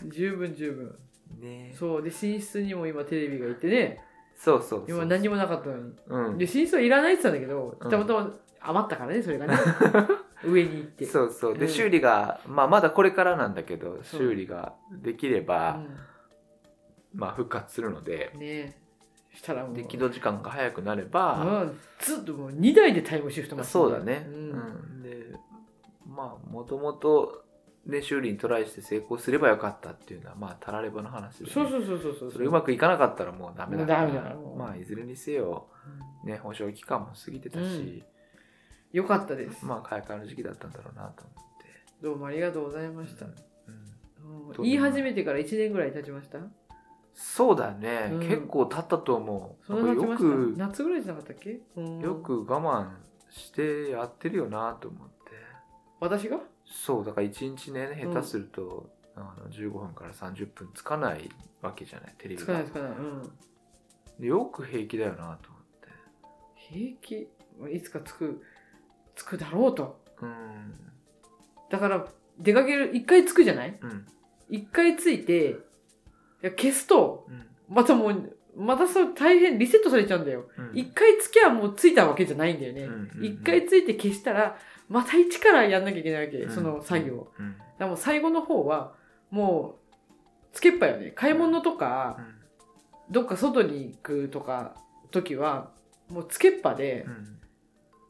S3: そ
S4: ん、十分十分
S3: うね
S4: そうで寝室にも今テレビがいてね
S3: そうそうそう
S4: 今何もなかったのに
S3: うん
S4: で寝室はいらないって言ってたんだけど、
S3: うん
S4: たまたま余ったからねそれが ね上に行って
S3: そうそうで、
S4: うん
S3: 修理が、まあ、まだこれからなんだけど
S4: そう
S3: 修理ができれ
S4: う
S3: ば、
S4: ん
S3: まあ、復活するので
S4: ねしたらもう
S3: で起動時間が早くなれ
S4: う
S3: ば、
S4: んずっともう2台でタイムシフトして
S3: そうだね、
S4: う
S3: うんんでまあもともとね修理にトライして成功すればよかったっていうのはまあたらればの話で、ね、
S4: そうそうそうそうそう
S3: それうまくいかなかったらもうダメだから
S4: もうダメだからもう
S3: まあいずれにせよ、ね、保証期間も過ぎてたし、
S4: よかったです、
S3: まあ買い替えの時期だったんだろうなと思って
S4: どうもありがとうございました、
S3: うん
S4: うん
S3: どうも
S4: 言い始めてから1年ぐらい経ちました
S3: そうだね、
S4: うん
S3: 結構経ったと思う
S4: そん
S3: な
S4: なん経
S3: かよ
S4: ちまし
S3: く
S4: た夏ぐらいじゃなかったっけ、うん
S3: よく我慢してやってるよなと思って
S4: 私が
S3: そうだから1日ね下手すると、あの15分から30分つかないわけじゃないテレビ
S4: つかな
S3: が
S4: いつかないうん
S3: でよく平気だよなと思って
S4: 平気いつかつくつくだろうと
S3: うん
S4: だから出かける一回つくじゃない
S3: うん
S4: 一回ついていや消すと
S3: うん
S4: またもうまたそれ大変リセットされちゃうんだよ
S3: うん
S4: 一回つきゃもうついたわけじゃないんだよね
S3: うんうんうん
S4: 一回ついて消したらまた一からやんなきゃいけないわけ、
S3: うん
S4: その作業を
S3: うん
S4: だからもう最後の方はもうつけっぱよね買い物とか、どっか外に行くとか時はもうつけっぱで
S3: うんうん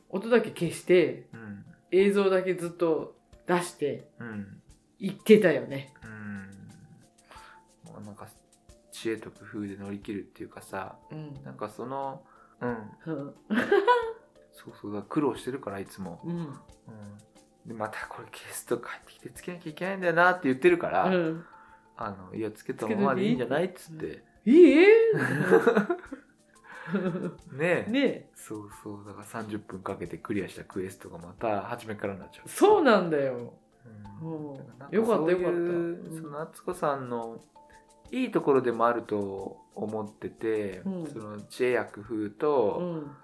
S4: 音だけ消して
S3: うん
S4: 映像だけずっと出して
S3: うん
S4: 行ってたよね。
S3: うんもうなんか知恵と工夫で乗り切るっていうかさ
S4: うん
S3: なんかそのうん
S4: うん
S3: そうそうだ苦労してるからいつも、
S4: うん
S3: うん、でまたこれ消すと帰ってきてつけなきゃいけないんだよなって言ってるから、
S4: うん
S3: あのいやつけたままでいいんじゃないっつって、
S4: い いえ
S3: ねえ
S4: ねえ
S3: そうそうだから30分かけてクリアしたクエストがまた初めからになっちゃう
S4: そうなんだよ。
S3: うん
S4: うん
S3: なん
S4: よかった
S3: そう
S4: よかった
S3: いう
S4: うん
S3: その敦子さんのいいところでもあると思ってて、
S4: うん
S3: その知恵や工夫
S4: う
S3: と、
S4: ん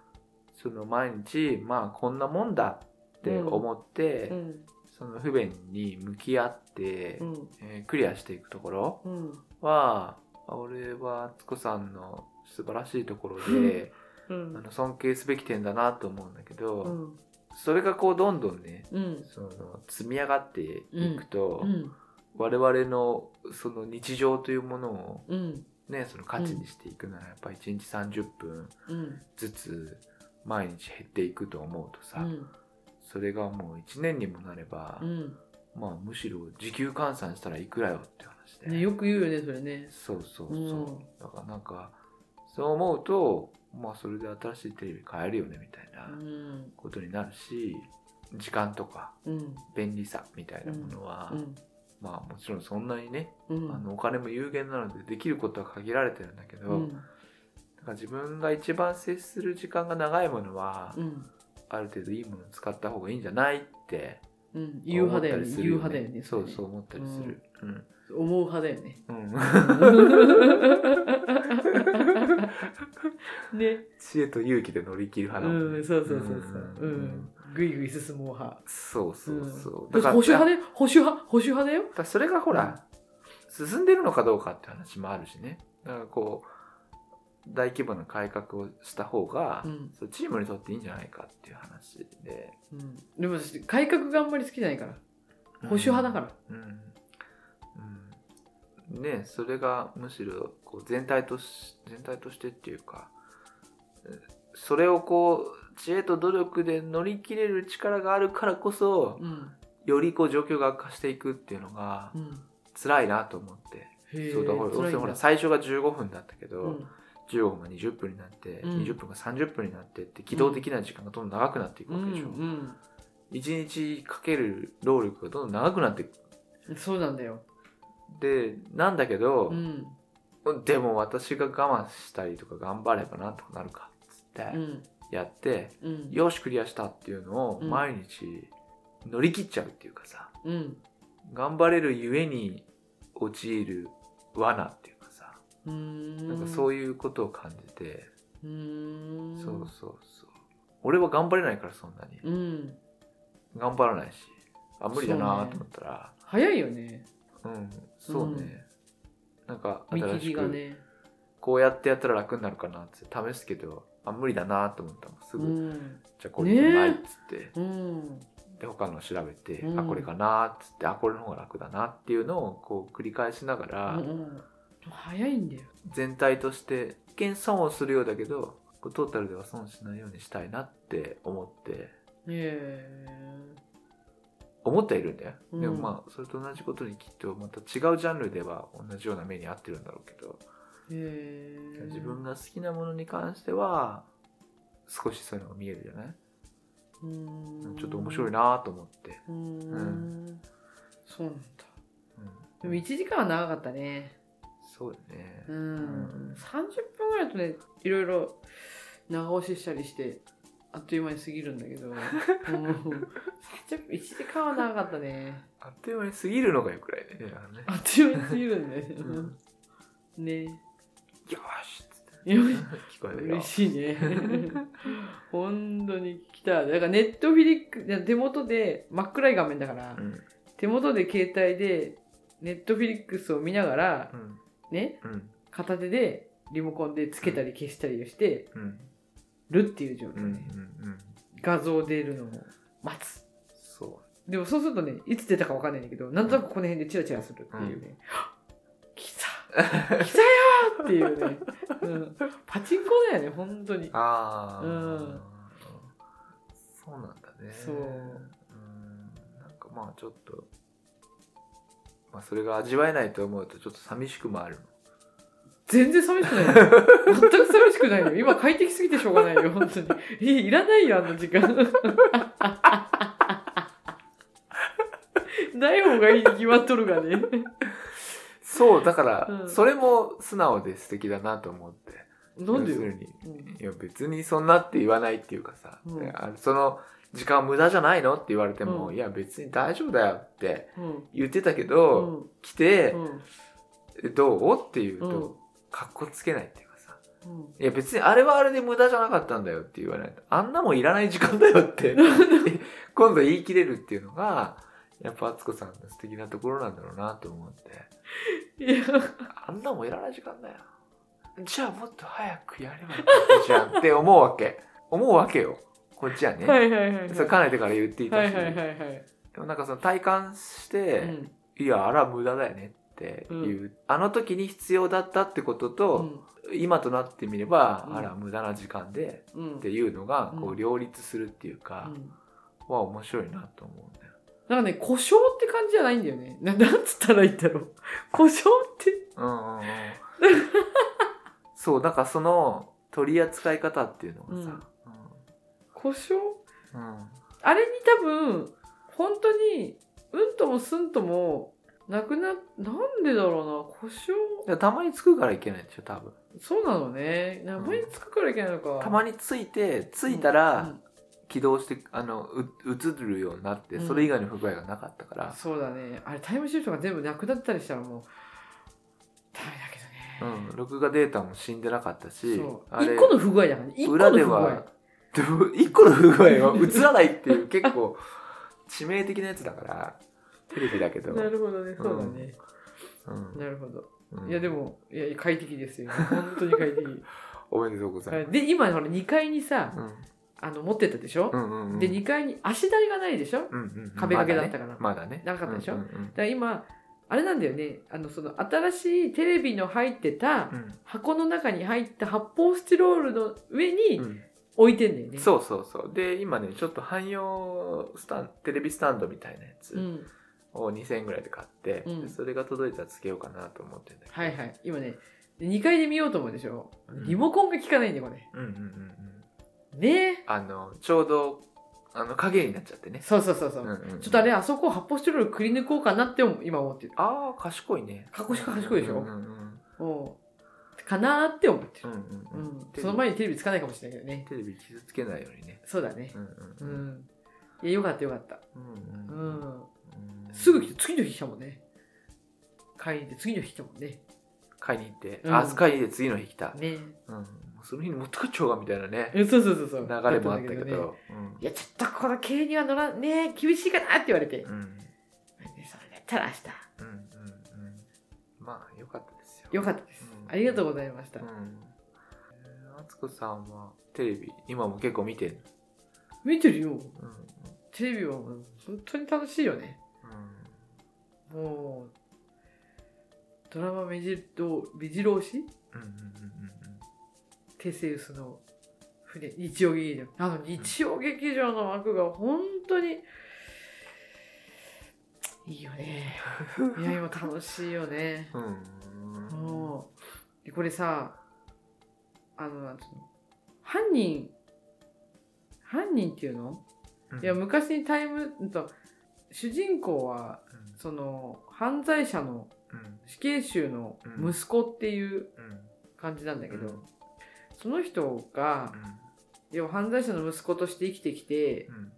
S3: その毎日まあこんなもんだって思って、
S4: うん
S3: その不便に向き合って、
S4: うん
S3: えークリアしていくところ
S4: うん
S3: はあ俺は敦子さんの素晴らしいところ で、
S4: う
S3: あ
S4: ん
S3: の尊敬すべき点だなと思うんだけど、
S4: うん
S3: それがこうどんどんね
S4: うん
S3: その積み上がっていくと、
S4: うん
S3: 我々のその日常というものを、
S4: うん
S3: ね、その価値にしていくならやっぱり1日30分
S4: うん
S3: ずつ毎日減っていくと思うとさ、
S4: うん
S3: それがもう1年にもなれば、
S4: うん
S3: まあ、むしろ時給換算したらいくらよって話で、
S4: ねよく言うよねそれね。
S3: そうそうそう、
S4: うん
S3: だからなんかそう思うと、まあ、それで新しいテレビ買えるよねみたいうなんことになるし時間とか
S4: うん
S3: 便利さみたいなものは、
S4: うん
S3: まあもちろんそんなにね、
S4: うん
S3: あのお金も有限なのでできることは限られてるんだけど、
S4: うん
S3: だから自分が一番接する時間が長いものは、
S4: うん
S3: ある程度いいものを使った方がいいんじゃないって
S4: うん言う
S3: 思った
S4: 派だよ
S3: りす
S4: ね言
S3: る
S4: う
S3: よ
S4: 派だよね
S3: そうそう
S4: れね
S3: 思ったりする。うん
S4: 思う派だよね。
S3: うん、
S4: ね、
S3: 知恵と勇気で乗り切る
S4: う
S3: 派だもんね。
S4: ん、そうそうそうそう、う
S3: うん
S4: ん、ぐいぐい進もう派。
S3: そうそうそう。
S4: だ
S3: だから
S4: か
S3: ら
S4: 保守派で保守派保守派だよ。
S3: だからそれがほら、進んでるのかどうかって話もあるしねだからこう大規模な改革をした方が、
S4: うん
S3: そうチームにとっていいんじゃないかっていう話で
S4: うん、でも私改革があんまり好きじゃないから保守派だから。
S3: ら、うんうんねそれがむしろこう全体とし全体としてっていうかうんそれをこう知恵と努力で乗り切れる力があるからこそ
S4: うん
S3: よりこう状況が悪化していくっていうのが
S4: うん。
S3: 辛いなと思って
S4: へえ
S3: そうだから
S4: 辛いんだ
S3: ほら最初が15分だったけど、
S4: うん
S3: 15分が20分になって、
S4: うん
S3: 20分が30分になってって機動的な時間がどんどん長くなっていく
S4: う
S3: わけでしょ、
S4: ん、
S3: 1日かける労力がどんどん長くなっていく
S4: うん、そうなんだよ。
S3: でなんだけど
S4: う、ん、
S3: でも私が我慢したりとか頑張ればなんとかなるかっつっ
S4: う
S3: て
S4: ん、
S3: やって、
S4: うん、
S3: よしクリアしたっていうのを
S4: うん
S3: 毎日乗り切っちゃうっていうかさ
S4: うん、
S3: 頑張れるゆえに陥る罠っていうかさ、
S4: うーん、
S3: なんかそうういうことを感じて。
S4: ーん、
S3: そうそうそう俺は頑張れないからそんなに、
S4: うん、
S3: 頑張らないしあ無理だなと思ったら
S4: 早いよね。
S3: う,、んそうね、なんか
S4: 見
S3: 新
S4: 切り
S3: し
S4: が
S3: く、
S4: ね。
S3: こうやってやったら楽になるかなって試すけどあ無理だなと思ったらす
S4: う
S3: ぐ、
S4: ん、
S3: じゃあこれじゃないっ
S4: ね
S3: つって、
S4: うん、
S3: で他の調べて、
S4: うん
S3: あこれかなっつってあこれの方が楽だなっていうのをこう繰り返しながら、
S4: うん、早いんだよ。
S3: 全体として一見損をするようだけどこうトータルでは損しないようにしたいなって思って
S4: え
S3: 思ってはいるんだよ、
S4: うん
S3: でもまあそれと同じことにきっとまた違うジャンルでは同じような目に遭ってるんだろうけど、
S4: えええ
S3: 自分が好きなものに関しては少しそういうのが見えるじゃない、ちょっと面白い
S4: な
S3: なと思って、
S4: うーん
S3: うん
S4: そうなんだ
S3: うん
S4: でも1時間は長かったね
S3: そうだね、
S4: うん、
S3: うん
S4: 30分ぐらいだとねいろいろ長押ししたりしてあっという間に過ぎるんだ けどうんちょっと1時間は長かったね
S3: あっという間に過ぎるのがよくらいね。だからね
S4: あっという間に過ぎるんだよ
S3: うん
S4: ねね
S3: よーしっつって
S4: よし
S3: 聞こえ るよ
S4: 嬉。し いね本当に来ただからネットフィリックいや手元で真っ暗い画面だから、
S3: うん
S4: 手元で携帯でネットフィリックスを見ながら
S3: う、ん
S4: ね
S3: うん
S4: 片手でリモコンでつけたり消したりをして
S3: うん
S4: るっていう状
S3: うんう
S4: 態、
S3: ん
S4: ね
S3: うん。
S4: 画像出るのを待つ
S3: そ
S4: でもそうするとねいつ出たかわかんないんだけどなんとなくこの辺でチラチラするっていうね、 来た来たよーっていうね、うん、パチンコだよね本当に
S3: う。ああ。
S4: うん
S3: そうなんだね。
S4: そう
S3: うん。なんかまあちょっと、まあそれが味わえないと思うとちょっと寂しくもあるの。
S4: 全然寂しくないよ。全く寂しくないよ。今快適すぎてしょうがないよ、本当に。いいらないよ、あの時間。 ない方がいいに決まっとるがね。
S3: そう、だから、
S4: うん
S3: それも素直で素敵だなと思って。
S4: なんで
S3: 要す
S4: よ。
S3: るに、
S4: うん
S3: いや別にそんなって言わないっていうかさ、
S4: うん
S3: あのその時間無駄じゃないのって言われても、
S4: うん
S3: いや別に大丈夫だよって
S4: うん
S3: 言ってたけ
S4: う
S3: ど、
S4: ん
S3: 来て
S4: う、ん
S3: えどうって言う
S4: うん
S3: と、かっこつけないっていうかさ、
S4: うん
S3: いや別にあれはあれで無駄じゃなかったんだよって言わないと、あんなもんいらない時間だよ って今度言い切れるっていうのが、やっぱ敦子さんの素敵なところなんだろうなと思って、
S4: いや、
S3: あんなもんいらない時間だよ。じゃあもっと早くやればよかったじゃんって思うわけ。思うわけよ。こっちはね。
S4: はいはいはいはい。
S3: それかねてから言ってい
S4: は
S3: た
S4: い
S3: し、
S4: はいはいはい。
S3: でもなんかその体感して、
S4: うん
S3: いやあら無駄だよねっていう、あの時に必要だったってこと
S4: う
S3: と、
S4: ん
S3: 今となってみれば、
S4: うん
S3: あら無駄な時間で
S4: うん
S3: っていうのがこ
S4: う
S3: うん両立するっていう
S4: う
S3: か、
S4: ん
S3: は面白いなと思うん だよ。
S4: なんかね、故障って感じじゃないんだよね。ななんつったらいいんだろう。故障って。
S3: うんうんうんそうだからその取り扱い方っていうのがさ、
S4: 故障
S3: うんうん
S4: あれに多分、本当に、うんともすんとも、なくな、なんでだろうな、故障、
S3: だからたまにつくからいけないでしょ多分。
S4: そうなのね。名前つくからいけないのか。
S3: たまについてついたら、起動してあのう映るようになって
S4: うん
S3: それ以外の不具合がなかったか
S4: うん
S3: ら、
S4: そうだね。あれ、タイムシフトが全部なくなったりしたらもう、ダメ
S3: う
S4: だ
S3: ん録画データも死んでなかった
S4: け
S3: し
S4: どね。そう。
S3: あれ
S4: 1個の不具合だからね。1個
S3: 裏
S4: の
S3: で
S4: 不具合。
S3: はでも一個の不具合は映らないっていう結構致命的なやつだからテレビだけど、
S4: なるほどね、そうだね。
S3: うん
S4: なるほど。
S3: うん
S4: いや、でも、いや、快適です よ。本当に快適。
S3: おめでとうございます、
S4: で、今、ほら、2階にさ、あの、持ってったでしょ、
S3: うん、うんうんうん
S4: で、2階に足台がないでし
S3: う
S4: ょ
S3: んうんうん
S4: 壁掛けだったから
S3: まだね
S4: なかったでしょ
S3: うんうん
S4: だから今あれなんだよねあのその新しいテレビの入ってた
S3: うん
S4: 箱の中に入った発泡スチロールの上
S3: う
S4: に
S3: ん
S4: 置いてんだよね。
S3: そうそうそうで今ねちょっと汎用スタンテレビスタンドみたいなやつ、
S4: うん、
S3: を2000円ぐらいで買って、
S4: うん
S3: でそれが届いたらつけようかなと思ってんだけど
S4: はいはい今ね2階で見ようと思うでしょ
S3: うん
S4: リモコンが効かないんだよこれ
S3: うんうんうんうん
S4: ね
S3: あのちょうどあの影になっちゃってね
S4: え、そうそうそうそう、
S3: うんうんうん
S4: ちょっとあれあそこを発泡スチロールくり抜こうかなって思う今思ってる
S3: ああ賢いね
S4: 賢い賢いでしょ
S3: うんうんうん
S4: おかなーって思って
S3: う
S4: る、
S3: ん
S4: う
S3: うんんうん
S4: その前にテレビつかないかもしれないけどね
S3: テレビ傷つけないようにね
S4: そうだね
S3: うん
S4: う、
S3: うんん
S4: いやよかったよかった
S3: うん
S4: う
S3: うん
S4: ん
S3: うん
S4: すぐ来て次の日来たもんね買いに行って次の日来たもんね
S3: 買いに行って、
S4: うん
S3: あ買いに行って次の日来た、
S4: ね
S3: うん、もうその日に持って帰っちゃおうがみたいなね
S4: えそうそうそうそ
S3: 流
S4: う
S3: れもあったけ
S4: だんだね
S3: どうん
S4: いやちょっとこの経営には乗らんね厳しいかなって言われて、
S3: うん
S4: ねそれだったら明
S3: うんうんうんまあ良かったですよ
S4: 日よかったです、
S3: うん
S4: ありがとうございました、
S3: うん。えー敦子さんはテレビ、今も結構見てる。
S4: 見てるよ
S3: うん。うん
S4: テレビはもう本当に楽しいよねもうドラマ目白目白押し
S3: うんうんうん
S4: テセウスの船日曜劇場あの日曜劇場の枠が本当にいいよ ねいや今楽しいよね
S3: うんうん。
S4: もうでこれさあのなんつうの犯人犯人っていうの、
S3: うん。
S4: いや昔にタイムうんと主人公は
S3: う
S4: その犯罪者の
S3: んうん
S4: 死刑囚の息子っていう
S3: うん
S4: 感じなんだけど、
S3: うん
S4: その人がでも犯罪者の息子として生きてきて
S3: うん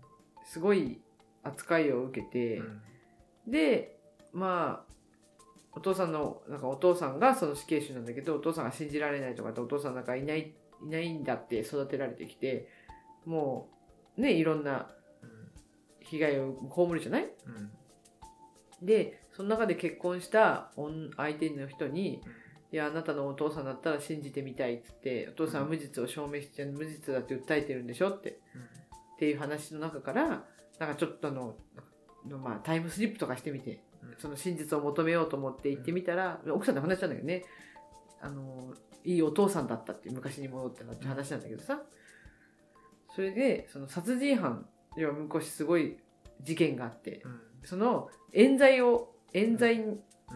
S4: すごい扱いを受けて、
S3: うん
S4: でまあお父さんのなんかお父さんがその死刑囚なんだけどお父さんが信じられないとかってお父さんなんかいないいないんだって育てられてきてもうねいろんな被害を被るじゃない
S3: うんうん
S4: でその中で結婚した女相手の人に「いやあなたのお父さんだったら信じてみたい」っつって「お父さんは無実を証明して無実だって訴えてるんでしょ」ってっていう話の中からなんかちょっとあの、まあ、タイムスリップとかしてみて
S3: うんうん
S4: その真実を求めようと思って行ってみたら、奥さんの話なんだけどねあのいいお父さんだったって昔に戻ったなって話なんだけどさそれでその殺人犯要は昔すごい事件があって
S3: うん
S4: その冤罪を冤罪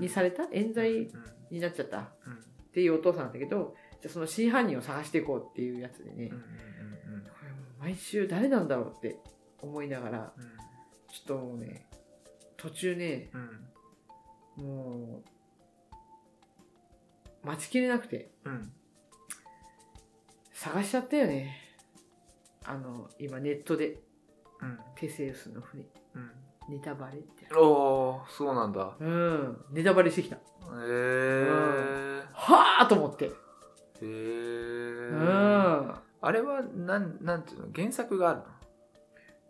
S4: にされた冤
S3: う
S4: 罪
S3: ん
S4: になっちゃったっ
S3: うん
S4: ていうお父さんなんだけどじゃあその真犯人を探していこうっていうやつでね、
S3: うんうん
S4: こ
S3: うんうん
S4: れもう毎週誰なんだろうって思いながら
S3: うん
S4: ちょっともうね途中ね
S3: うん
S4: もう、待ちきれなくて、
S3: うん
S4: 探しちゃったよね。あの、今ネットで、
S3: うん
S4: テセウスの船、
S3: うん
S4: ネタバレって。
S3: おーそうなんだ
S4: うん、ネタバレしてきた。
S3: へえ
S4: はぁと思って。
S3: へ
S4: う
S3: え
S4: ん。原
S3: あれはなんなんていうの原作があ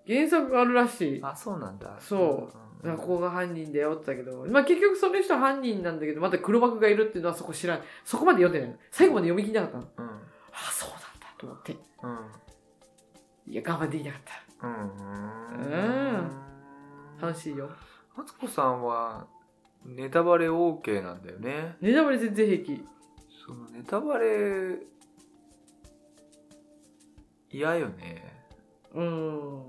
S3: る
S4: 作があるらしい
S3: の。あそうなんだ
S4: そうなんかここが犯人だよって言ったけど、まあ結局その人は犯人なんだけど、また黒幕がいるっていうのはそこ知らない。そこまで読んでないの。最後まで読み切んなかったの。
S3: うん
S4: あ、そうなんだと思って。
S3: うん
S4: いや、我慢できなかった。
S3: うん
S4: 楽しいよ。
S3: マツコさんはネタバレ OK なんだよね
S4: ネタバレ全然平気。
S3: そのネタバレ嫌よね
S4: うーん。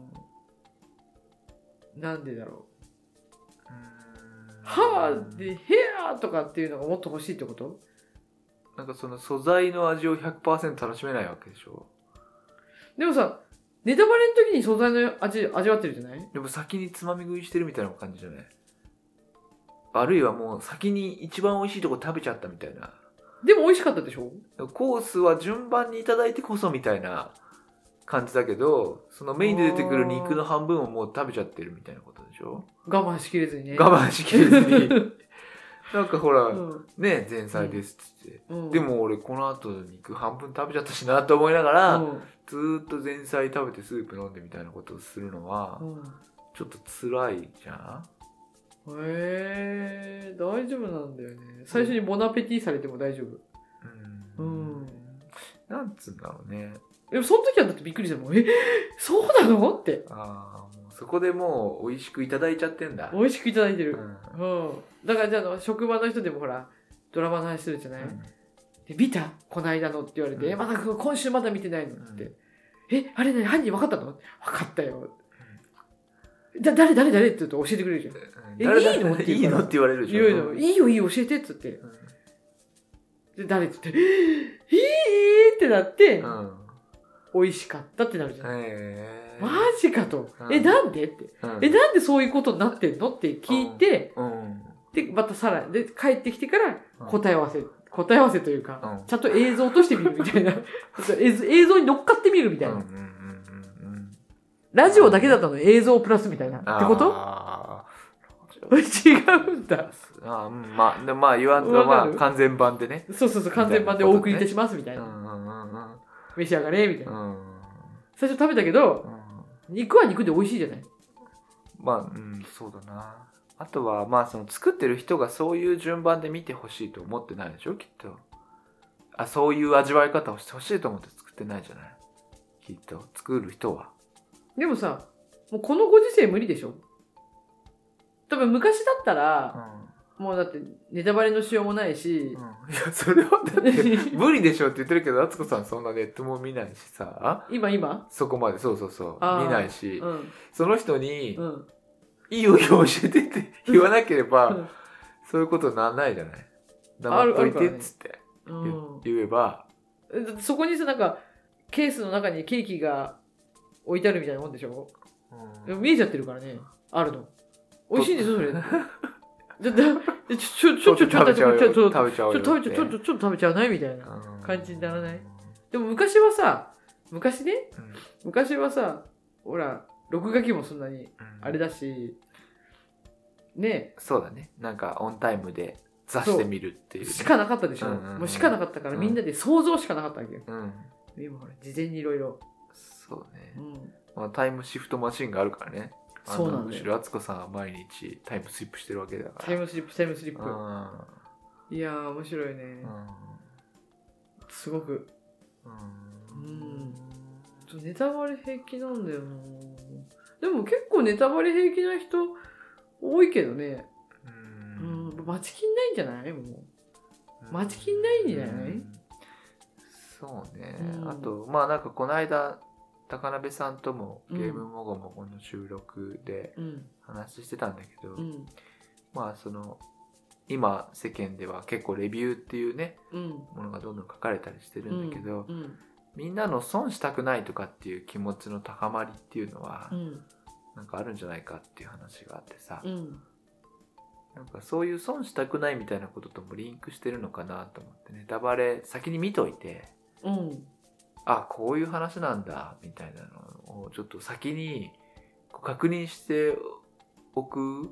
S4: なんでだろ
S3: う
S4: う。
S3: ん
S4: はあで、ヘアとかっていうのがもっと欲しいってこと
S3: なんかその素材の味を100%楽しめないわけでしょ
S4: でもさ、ネタバレの時に素材の味、味わってるじゃない
S3: でも先につまみ食いしてるみたいな感じじゃないあるいはもう先に一番美味しいとこ食べちゃったみたいな
S4: でも美味しかったでしょ
S3: コースは順番にいただいてこそみたいな感じだけどそのメインで出てくる肉の半分をもう食べちゃってるみたいなことでしょ
S4: 我慢しきれずにね。
S3: 我慢しきれず になんかほら、
S4: うん
S3: ね前菜ですっつって、
S4: うん
S3: で、も俺この後肉半分食べちゃったしなと思いながら、
S4: うん
S3: ずーっと前菜食べてスープ飲んでみたいなことをするのは、ちょっと辛いじゃん
S4: うんへえ、大丈夫なんだよね。最初にボナペティされても大丈夫。うん
S3: なんつうんだろうね
S4: でもその時はだってびっくりしたもん。え、そうなのって。
S3: ああもうそこでもう美味しくいただいちゃってんだ
S4: 美味しくいただいて
S3: う
S4: る。
S3: ん
S4: うん。だからじゃああの、職場の人でもほら、ドラマの話するじゃない、で、見たこの間のって言われて、
S3: うん
S4: えまだ今週まだ見てないの
S3: うん
S4: って。え、あれ何犯人分かったの分かったよ。だ、誰誰誰って言うと教えてくれるじゃん。え
S3: 誰
S4: いいの
S3: だっていいのって言われるで
S4: い
S3: しょ
S4: ろいろ、いいよいいよ教えてっつって。で、誰って言って、えー、えーってなって
S3: う、んうん
S4: 美味しかったってなるじゃん。
S3: へー
S4: マジかと。
S3: うん
S4: え、なんでって。
S3: うん
S4: え、なんでそういうことになってんのって聞いて、
S3: うん
S4: で、またさらに、で、帰ってきてから
S3: うん
S4: 答え合わせ、答え合わせというか、
S3: うん
S4: ちゃんと映像として見るみ たいな。映像映像に乗っかって見るみたい
S3: うん
S4: な。
S3: うんうんうんうん
S4: ラジオだけだったの映像プラスみたいな。ってこと
S3: あー
S4: 違うんだ。
S3: あーうんまあでまあ言わんと
S4: わ
S3: ま
S4: か
S3: あ
S4: る
S3: 完全版でね
S4: そうそうそう、完全版でお送りいたしますみた
S3: う
S4: い
S3: んう
S4: な。
S3: んうんうん
S4: 召し上がれ、みたいな。
S3: うん
S4: 最初食べたけど、
S3: うん
S4: 肉は肉で美味しいじゃない。
S3: まあうんそうだなあとはまあその作ってる人がそういう順番で見てほしいと思ってないでしょきっとあそういう味わい方をしてほしいと思って作ってないじゃないきっと作る人は
S4: でもさ、もうこのご時世無理でしょ多分昔だった
S3: う
S4: ら、
S3: ん
S4: もうだってネタバレのしようもないし、
S3: いや、それはだって、無理でしょって言ってるけど、敦子さんそんなネットも見ないしさ、
S4: 今今
S3: そこまで、そうそうそう、
S4: あー
S3: 見ないし
S4: う、ん。
S3: その人に
S4: う、ん。
S3: いいよいいよ教えてって言わなけれ
S4: う
S3: ば
S4: ん、
S3: そういうことにならないじゃない。
S4: あ
S3: 黙っ
S4: るあ
S3: と
S4: る
S3: い
S4: から
S3: て
S4: ね
S3: っつって
S4: う
S3: 言,、
S4: ん。
S3: 言えば、
S4: だってそこにさなんかケースの中にケーキが置いてあるみたいなもんでしょでも見えちゃってるからねあるの美味しいんですよ それだだちょちょちょちょちょ
S3: 食べちゃうよ、
S4: ちょちょ
S3: 食べちゃう
S4: ち
S3: よ
S4: ょちょちょちょちょ
S3: っ
S4: ちょちょ食べちゃわないみたい
S3: て
S4: な
S3: うん
S4: 感じにならないでも昔はさ昔ね
S3: うん
S4: 昔はさほら録画機もそんなに
S3: うん
S4: あれだしね
S3: そうだねなんかオンタイムで座してみるっていうね
S4: しかなかったでしょ、
S3: うんうんうん
S4: もうしかなかったから
S3: うん
S4: みんなで想像しかなかったわけよ、
S3: うん
S4: 今ほら事前にいろいろ
S3: そうね、
S4: うん
S3: まあ、タイムシフトマシンがあるからねあの
S4: そうなん
S3: む
S4: だ
S3: しろ
S4: よ
S3: 敦子さんは毎日タイムスリップしてるわけだから
S4: タイムスリップタイムスリッ
S3: う
S4: プ
S3: ん
S4: いやー面白い
S3: う
S4: ね、
S3: ん
S4: すごく
S3: うん
S4: ちょネタバレ平気なんだよなでも結構ネタバレ平気な人多いけどねうん待ちきんないんじゃないもう待ちきんないんじゃな
S3: う
S4: い、
S3: んそうね、
S4: うん
S3: あとまあなんかこの間高鍋さんとも
S4: うん
S3: ゲームもごもごの収録で
S4: うん
S3: 話してたんだけど、
S4: うん
S3: まあその今世間では結構レビューっていうね
S4: うん
S3: ものがどんどん書かれたりしてるんだけど、
S4: うん
S3: みんなの損したくないとかっていう気持ちの高まりっていうのは、
S4: うん
S3: なんかあるんじゃないかっていう話があってさ、
S4: うん
S3: なんかそういう損したくないみたいなことともリンクしてるのかなと思ってネタバレ先に見といて
S4: うん
S3: あこういう話なんだみたいなのをちょっと先にこう確認しておく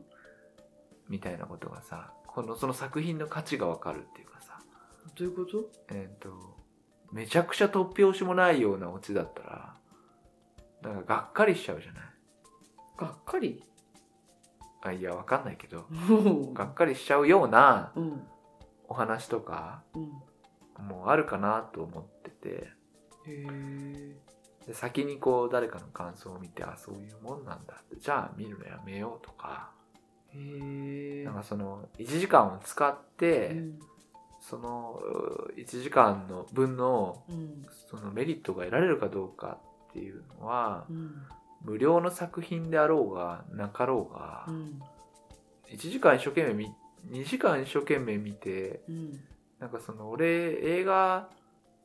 S3: みたいなことがさこのその作品の価値がわかるっていうかさ
S4: どういうこと
S3: えっ、とめちゃくちゃ突拍子もないようなオチだったらなんかがっかりしちゃうじゃない
S4: がっかり
S3: あいやわかんないけど
S4: うん
S3: がっかりしちゃうような
S4: うん
S3: お話とか
S4: うん
S3: もうあるかなと思ってて
S4: へえ
S3: で先にこう誰かの感想を見てあそういうもんなんだってじゃあ見るのやめようとか
S4: へえ
S3: なんかその1時間を使って、
S4: うん
S3: その1時間の分の
S4: うん
S3: そのメリットが得られるかどうかっていうのは
S4: うん
S3: 無料の作品であろうがなかろうが
S4: うん
S3: 1時間一生懸命見2時間一生懸命見て
S4: うん
S3: なんかその俺映画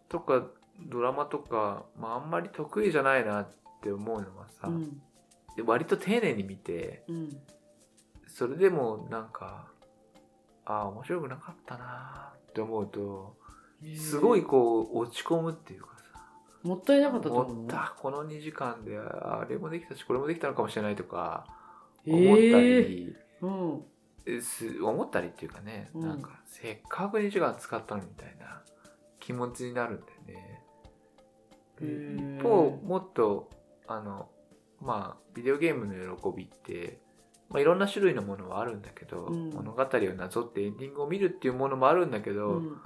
S3: とかドラマとか、まあ、あんまり得意じゃないなって思うのはさ、
S4: うん
S3: で割と丁寧に見て
S4: うん
S3: それでもなんかああ面白くなかったなーって思うと
S4: へえ
S3: すごいこう落ち込むっていうか
S4: もったいなかった
S3: さ
S4: と思
S3: 思
S4: う
S3: ったこの2時間であれもできたしこれもできたのかもしれないとか
S4: へ
S3: 思った
S4: え
S3: り、
S4: うん
S3: えす思ったりっていうかね、
S4: うん
S3: なんかせっかく2時間使ったのにみたいな気持ちになるんだよね。
S4: へー
S3: 一方もっとあのまあビデオゲームの喜びって、まあ、いろんな種類のものはあるんだけど、
S4: うん
S3: 物語をなぞってエンディングを見るっていうものもあるんだけど、
S4: うん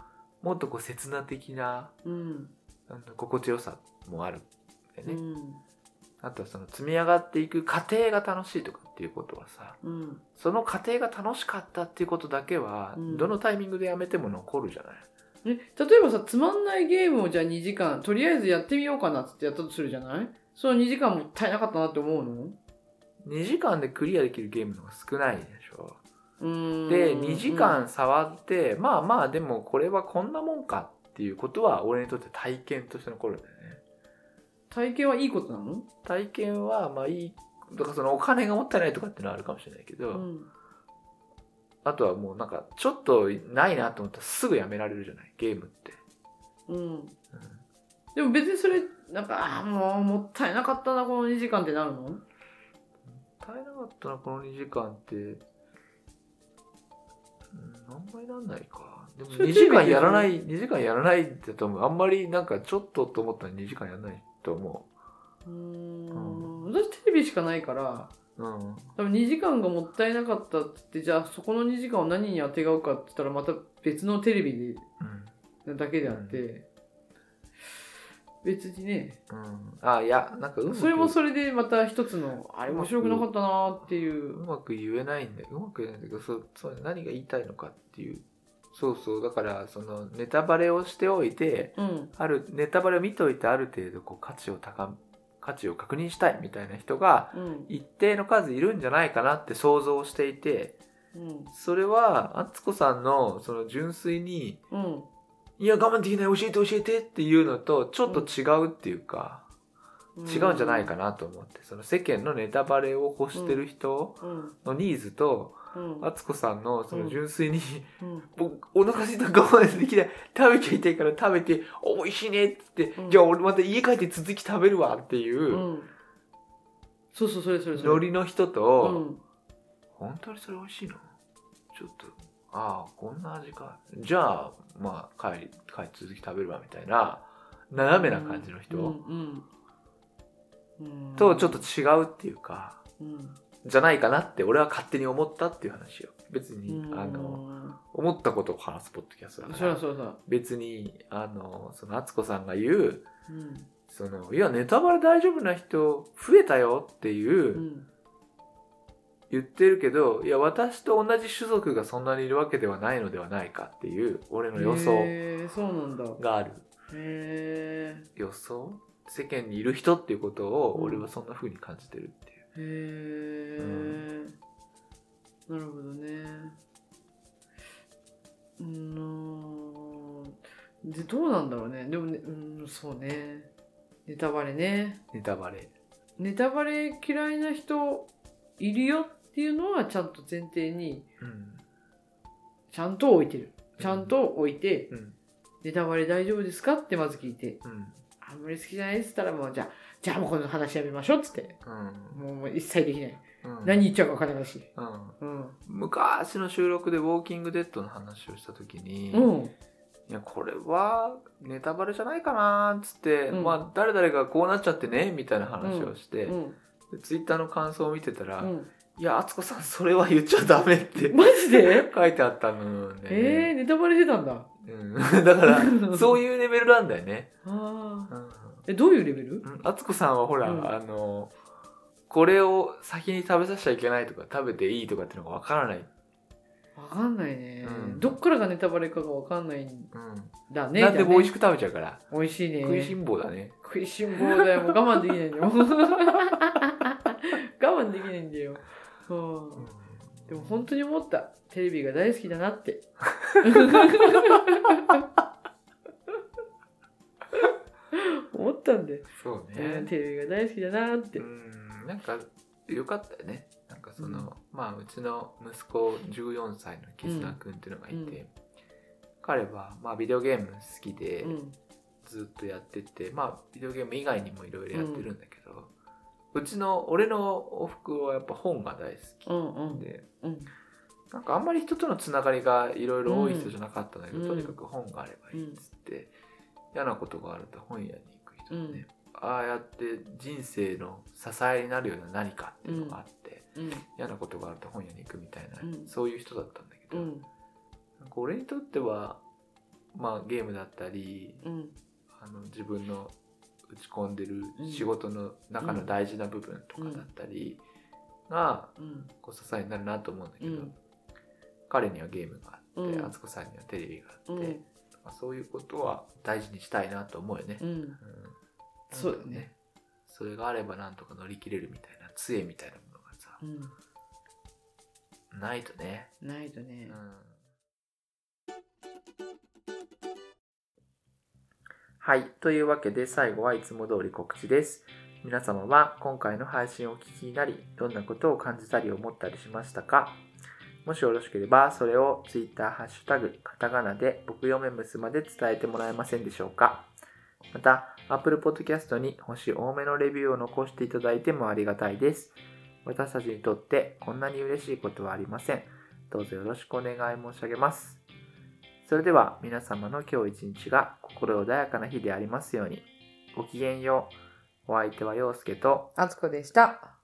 S3: もっとこう刹那的な
S4: うん
S3: あの心地よさもあるんだよ
S4: う
S3: ね、
S4: ん
S3: あとはその積み上がっていく過程が楽しいとかっていうことはさ
S4: うん
S3: その過程が楽しかったっていうことだけは、
S4: うん
S3: どのタイミングでやめても残るじゃない、
S4: え例えばさつまんないゲームをじゃあ2時間とりあえずやってみようかなっつってやったとするじゃないその2時間もったいなかったなって思うの
S3: 2時間でクリアできるゲームの方が少ないでしょ
S4: うーん
S3: で2時間触って、まあまあでもこれはこんなもんかっていうことは俺にとって体験として残るんだよね
S4: 体験はいいことなの
S3: 体験はまあいいだからそのお金がもったいないとかっていうのはあるかもしれないけど、
S4: うん
S3: あとはもうなんかちょっとないなと思ったらすぐやめられるじゃないゲームって
S4: うんでも別にそれなんかあーもうもったいなかったなこの2時間ってなるの
S3: もったいなかったなこの2時間ってうんあんまりなんないかでも
S4: それ
S3: 2時間やらない2時間やらないってと思うあんまりなんかちょっとと思ったら2時間やらないと思
S4: うーん私テレビしかないから
S3: ううん
S4: 多分2時間がもったいなかったっつってじゃあそこの2時間を何にあてがうかって言ったらまた別のテレビ
S3: うん
S4: でだけであって、別にね
S3: うん、あいやなんかうまく
S4: それもそれでまた一つのあれ面白くなかったなーっていうう、
S3: まく言えないんだようまく言えないんだけどそうそう何が言いたいのかっていうそうそうだからそのネタバレをしておいて
S4: うん、
S3: あるネタバレを見といてある程度こう価値を高め価値を確認したいみたいな人が
S4: うん
S3: 一定の数いるんじゃないかなって想像していて
S4: うん
S3: それは敦子さんのその純粋に
S4: うん
S3: 「いや我慢できない教えて教えて」っていうのとちょっと違うっていうか、違うんじゃないかなと思ってその世間のネタバレを欲してる人
S4: うん
S3: のニーズと、
S4: ううん
S3: 敦子さんのその純粋に、
S4: うん
S3: 僕お腹すいた我慢できない食べちゃいたいから食べて「おいしいね」って言って、
S4: うん
S3: じゃあ俺また家帰って続き食べるわ」っていううん
S4: そうそうそれそれそれ
S3: ノリの人
S4: う
S3: と、
S4: ん
S3: 本当にそれ美味しいのちょっとああこんな味かじゃあまあ帰り帰って続き食べるわみたいな斜めな感じの人、
S4: うんうんうん
S3: とちょっと違うっていうか
S4: うん
S3: じゃないかなって俺は勝手に思ったっていう話よ別に、
S4: うん
S3: あの思ったことを話すポッドキャストだか
S4: そり
S3: ら
S4: ゃそうだ
S3: 別にあのその敦子さんが言う
S4: うん
S3: そのいやネタバレ大丈夫な人増えたよっていう、
S4: うん
S3: 言ってるけどいや私と同じ種族がそんなにいるわけではないのではないかっていう俺の予想
S4: へえそうなんだ
S3: がある
S4: へえ
S3: 予想世間にいる人っていうことを
S4: うん
S3: 俺はそんな風に感じてるっていう、
S4: へえ、なるほどねうーんでどうなんだろうねでもねうんそうねネタバレね
S3: ネタバレ
S4: ネタバレ嫌いな人いるよっていうのはちゃんと前提に
S3: うん
S4: ちゃんと置いてるちゃんと置いて、
S3: うん
S4: ネタバレ大丈夫ですかってまず聞いて
S3: うん
S4: あんまり好きじゃないっつったらもうじゃあじゃあもうこの話やめましょうっつって
S3: うん
S4: もうもう一切できない、
S3: うん
S4: 何言っちゃうか分からないし
S3: うん
S4: うん
S3: 昔の収録で「ウォーキングデッド」の話をした時に、
S4: う
S3: い
S4: ん
S3: やこれはネタバレじゃないかなっつって、
S4: うん
S3: まあ誰々がこうなっちゃってねみたいな話をして、
S4: うん
S3: でツイッターの感想を見てたら、
S4: うん
S3: いや、敦子さん、それは言っちゃダメって。
S4: マジで
S3: 書いてあったの
S4: え
S3: ね。
S4: ー、ネタバレしてたんだ
S3: うん、 だから、そういうレベルなんだよね。
S4: あ
S3: う
S4: あ
S3: ん
S4: えどういうレベル
S3: うん。敦子さんはほら、
S4: うん
S3: あの、これを先に食べさせちゃいけないとか、食べていいとかっていうのがわからない。
S4: わかんないね、
S3: うん
S4: どっからがネタバレかがわかんないん
S3: うん。
S4: だね
S3: なんでも美味し
S4: く
S3: く食べちゃうから、
S4: 美味しいね
S3: 食いしん坊だね。
S4: 食いしん坊だ よもう我慢できないんだよ 我慢できないんだよ、うんでも本当に思ったテレビが大好きだなって 思ったんで、
S3: そう
S4: うん
S3: ね。
S4: テレビが大好きだなって、
S3: うん、なんか、よかったよね。なんかその、まあ、うちの息子14歳の絆くんっていうのがいて、
S4: うんうん
S3: 彼は、まあ、ビデオゲーム好きで、
S4: うん
S3: ずっとやっててまあビデオゲーム以外にもいろいろやってるんだけど、うちの俺のおふくはやっぱ本が大
S4: う
S3: 好
S4: ん
S3: き
S4: うん
S3: で、
S4: うん
S3: なんかあんまり人とのつながりがいろいろ多い人じゃなかったんだけど、
S4: うん
S3: とにかく本があればいいっつって、嫌なことがあると本屋に行く人でね、ああやって人生の支えになるような何かっていうのがあって、
S4: うん
S3: 嫌なことがあると本屋に行くみたいな、
S4: うん
S3: そういう人だったんだけ
S4: う
S3: ど、
S4: ん
S3: なんか俺にとってはまあゲームだったり
S4: うん
S3: あの自分の打ち込んでる仕事の中の大事な部分とかだったりが
S4: うん
S3: こう支えになるなと思うんだけど、
S4: うん
S3: 彼にはゲームがあって、
S4: うん
S3: 敦子さんにはテレビがあ
S4: う
S3: って、
S4: ん
S3: まあそういうことは大事にしたいなと思うよね。
S4: うん
S3: うん
S4: そうだね。
S3: それがあればなんとか乗り切れるみたいな杖みたいなものがさ
S4: うん
S3: ないとね。
S4: ないとね
S3: はい。というわけで最後はいつも通り告知です。皆様は今回の配信をお聞きになり、どんなことを感じたり思ったりしましたかもしよろしければ、それを Twitter、ハッシュタグ、カタカナで僕嫁娘まで伝えてもらえませんでしょうかまた、Apple Podcast に星多めのレビューを残していただいてもありがたいです。私たちにとってこんなに嬉しいことはありません。どうぞよろしくお願い申し上げます。それでは皆様の今日一日が心穏やかな日でありますように。ごきげんよう。お相手は陽介と
S4: あつこでした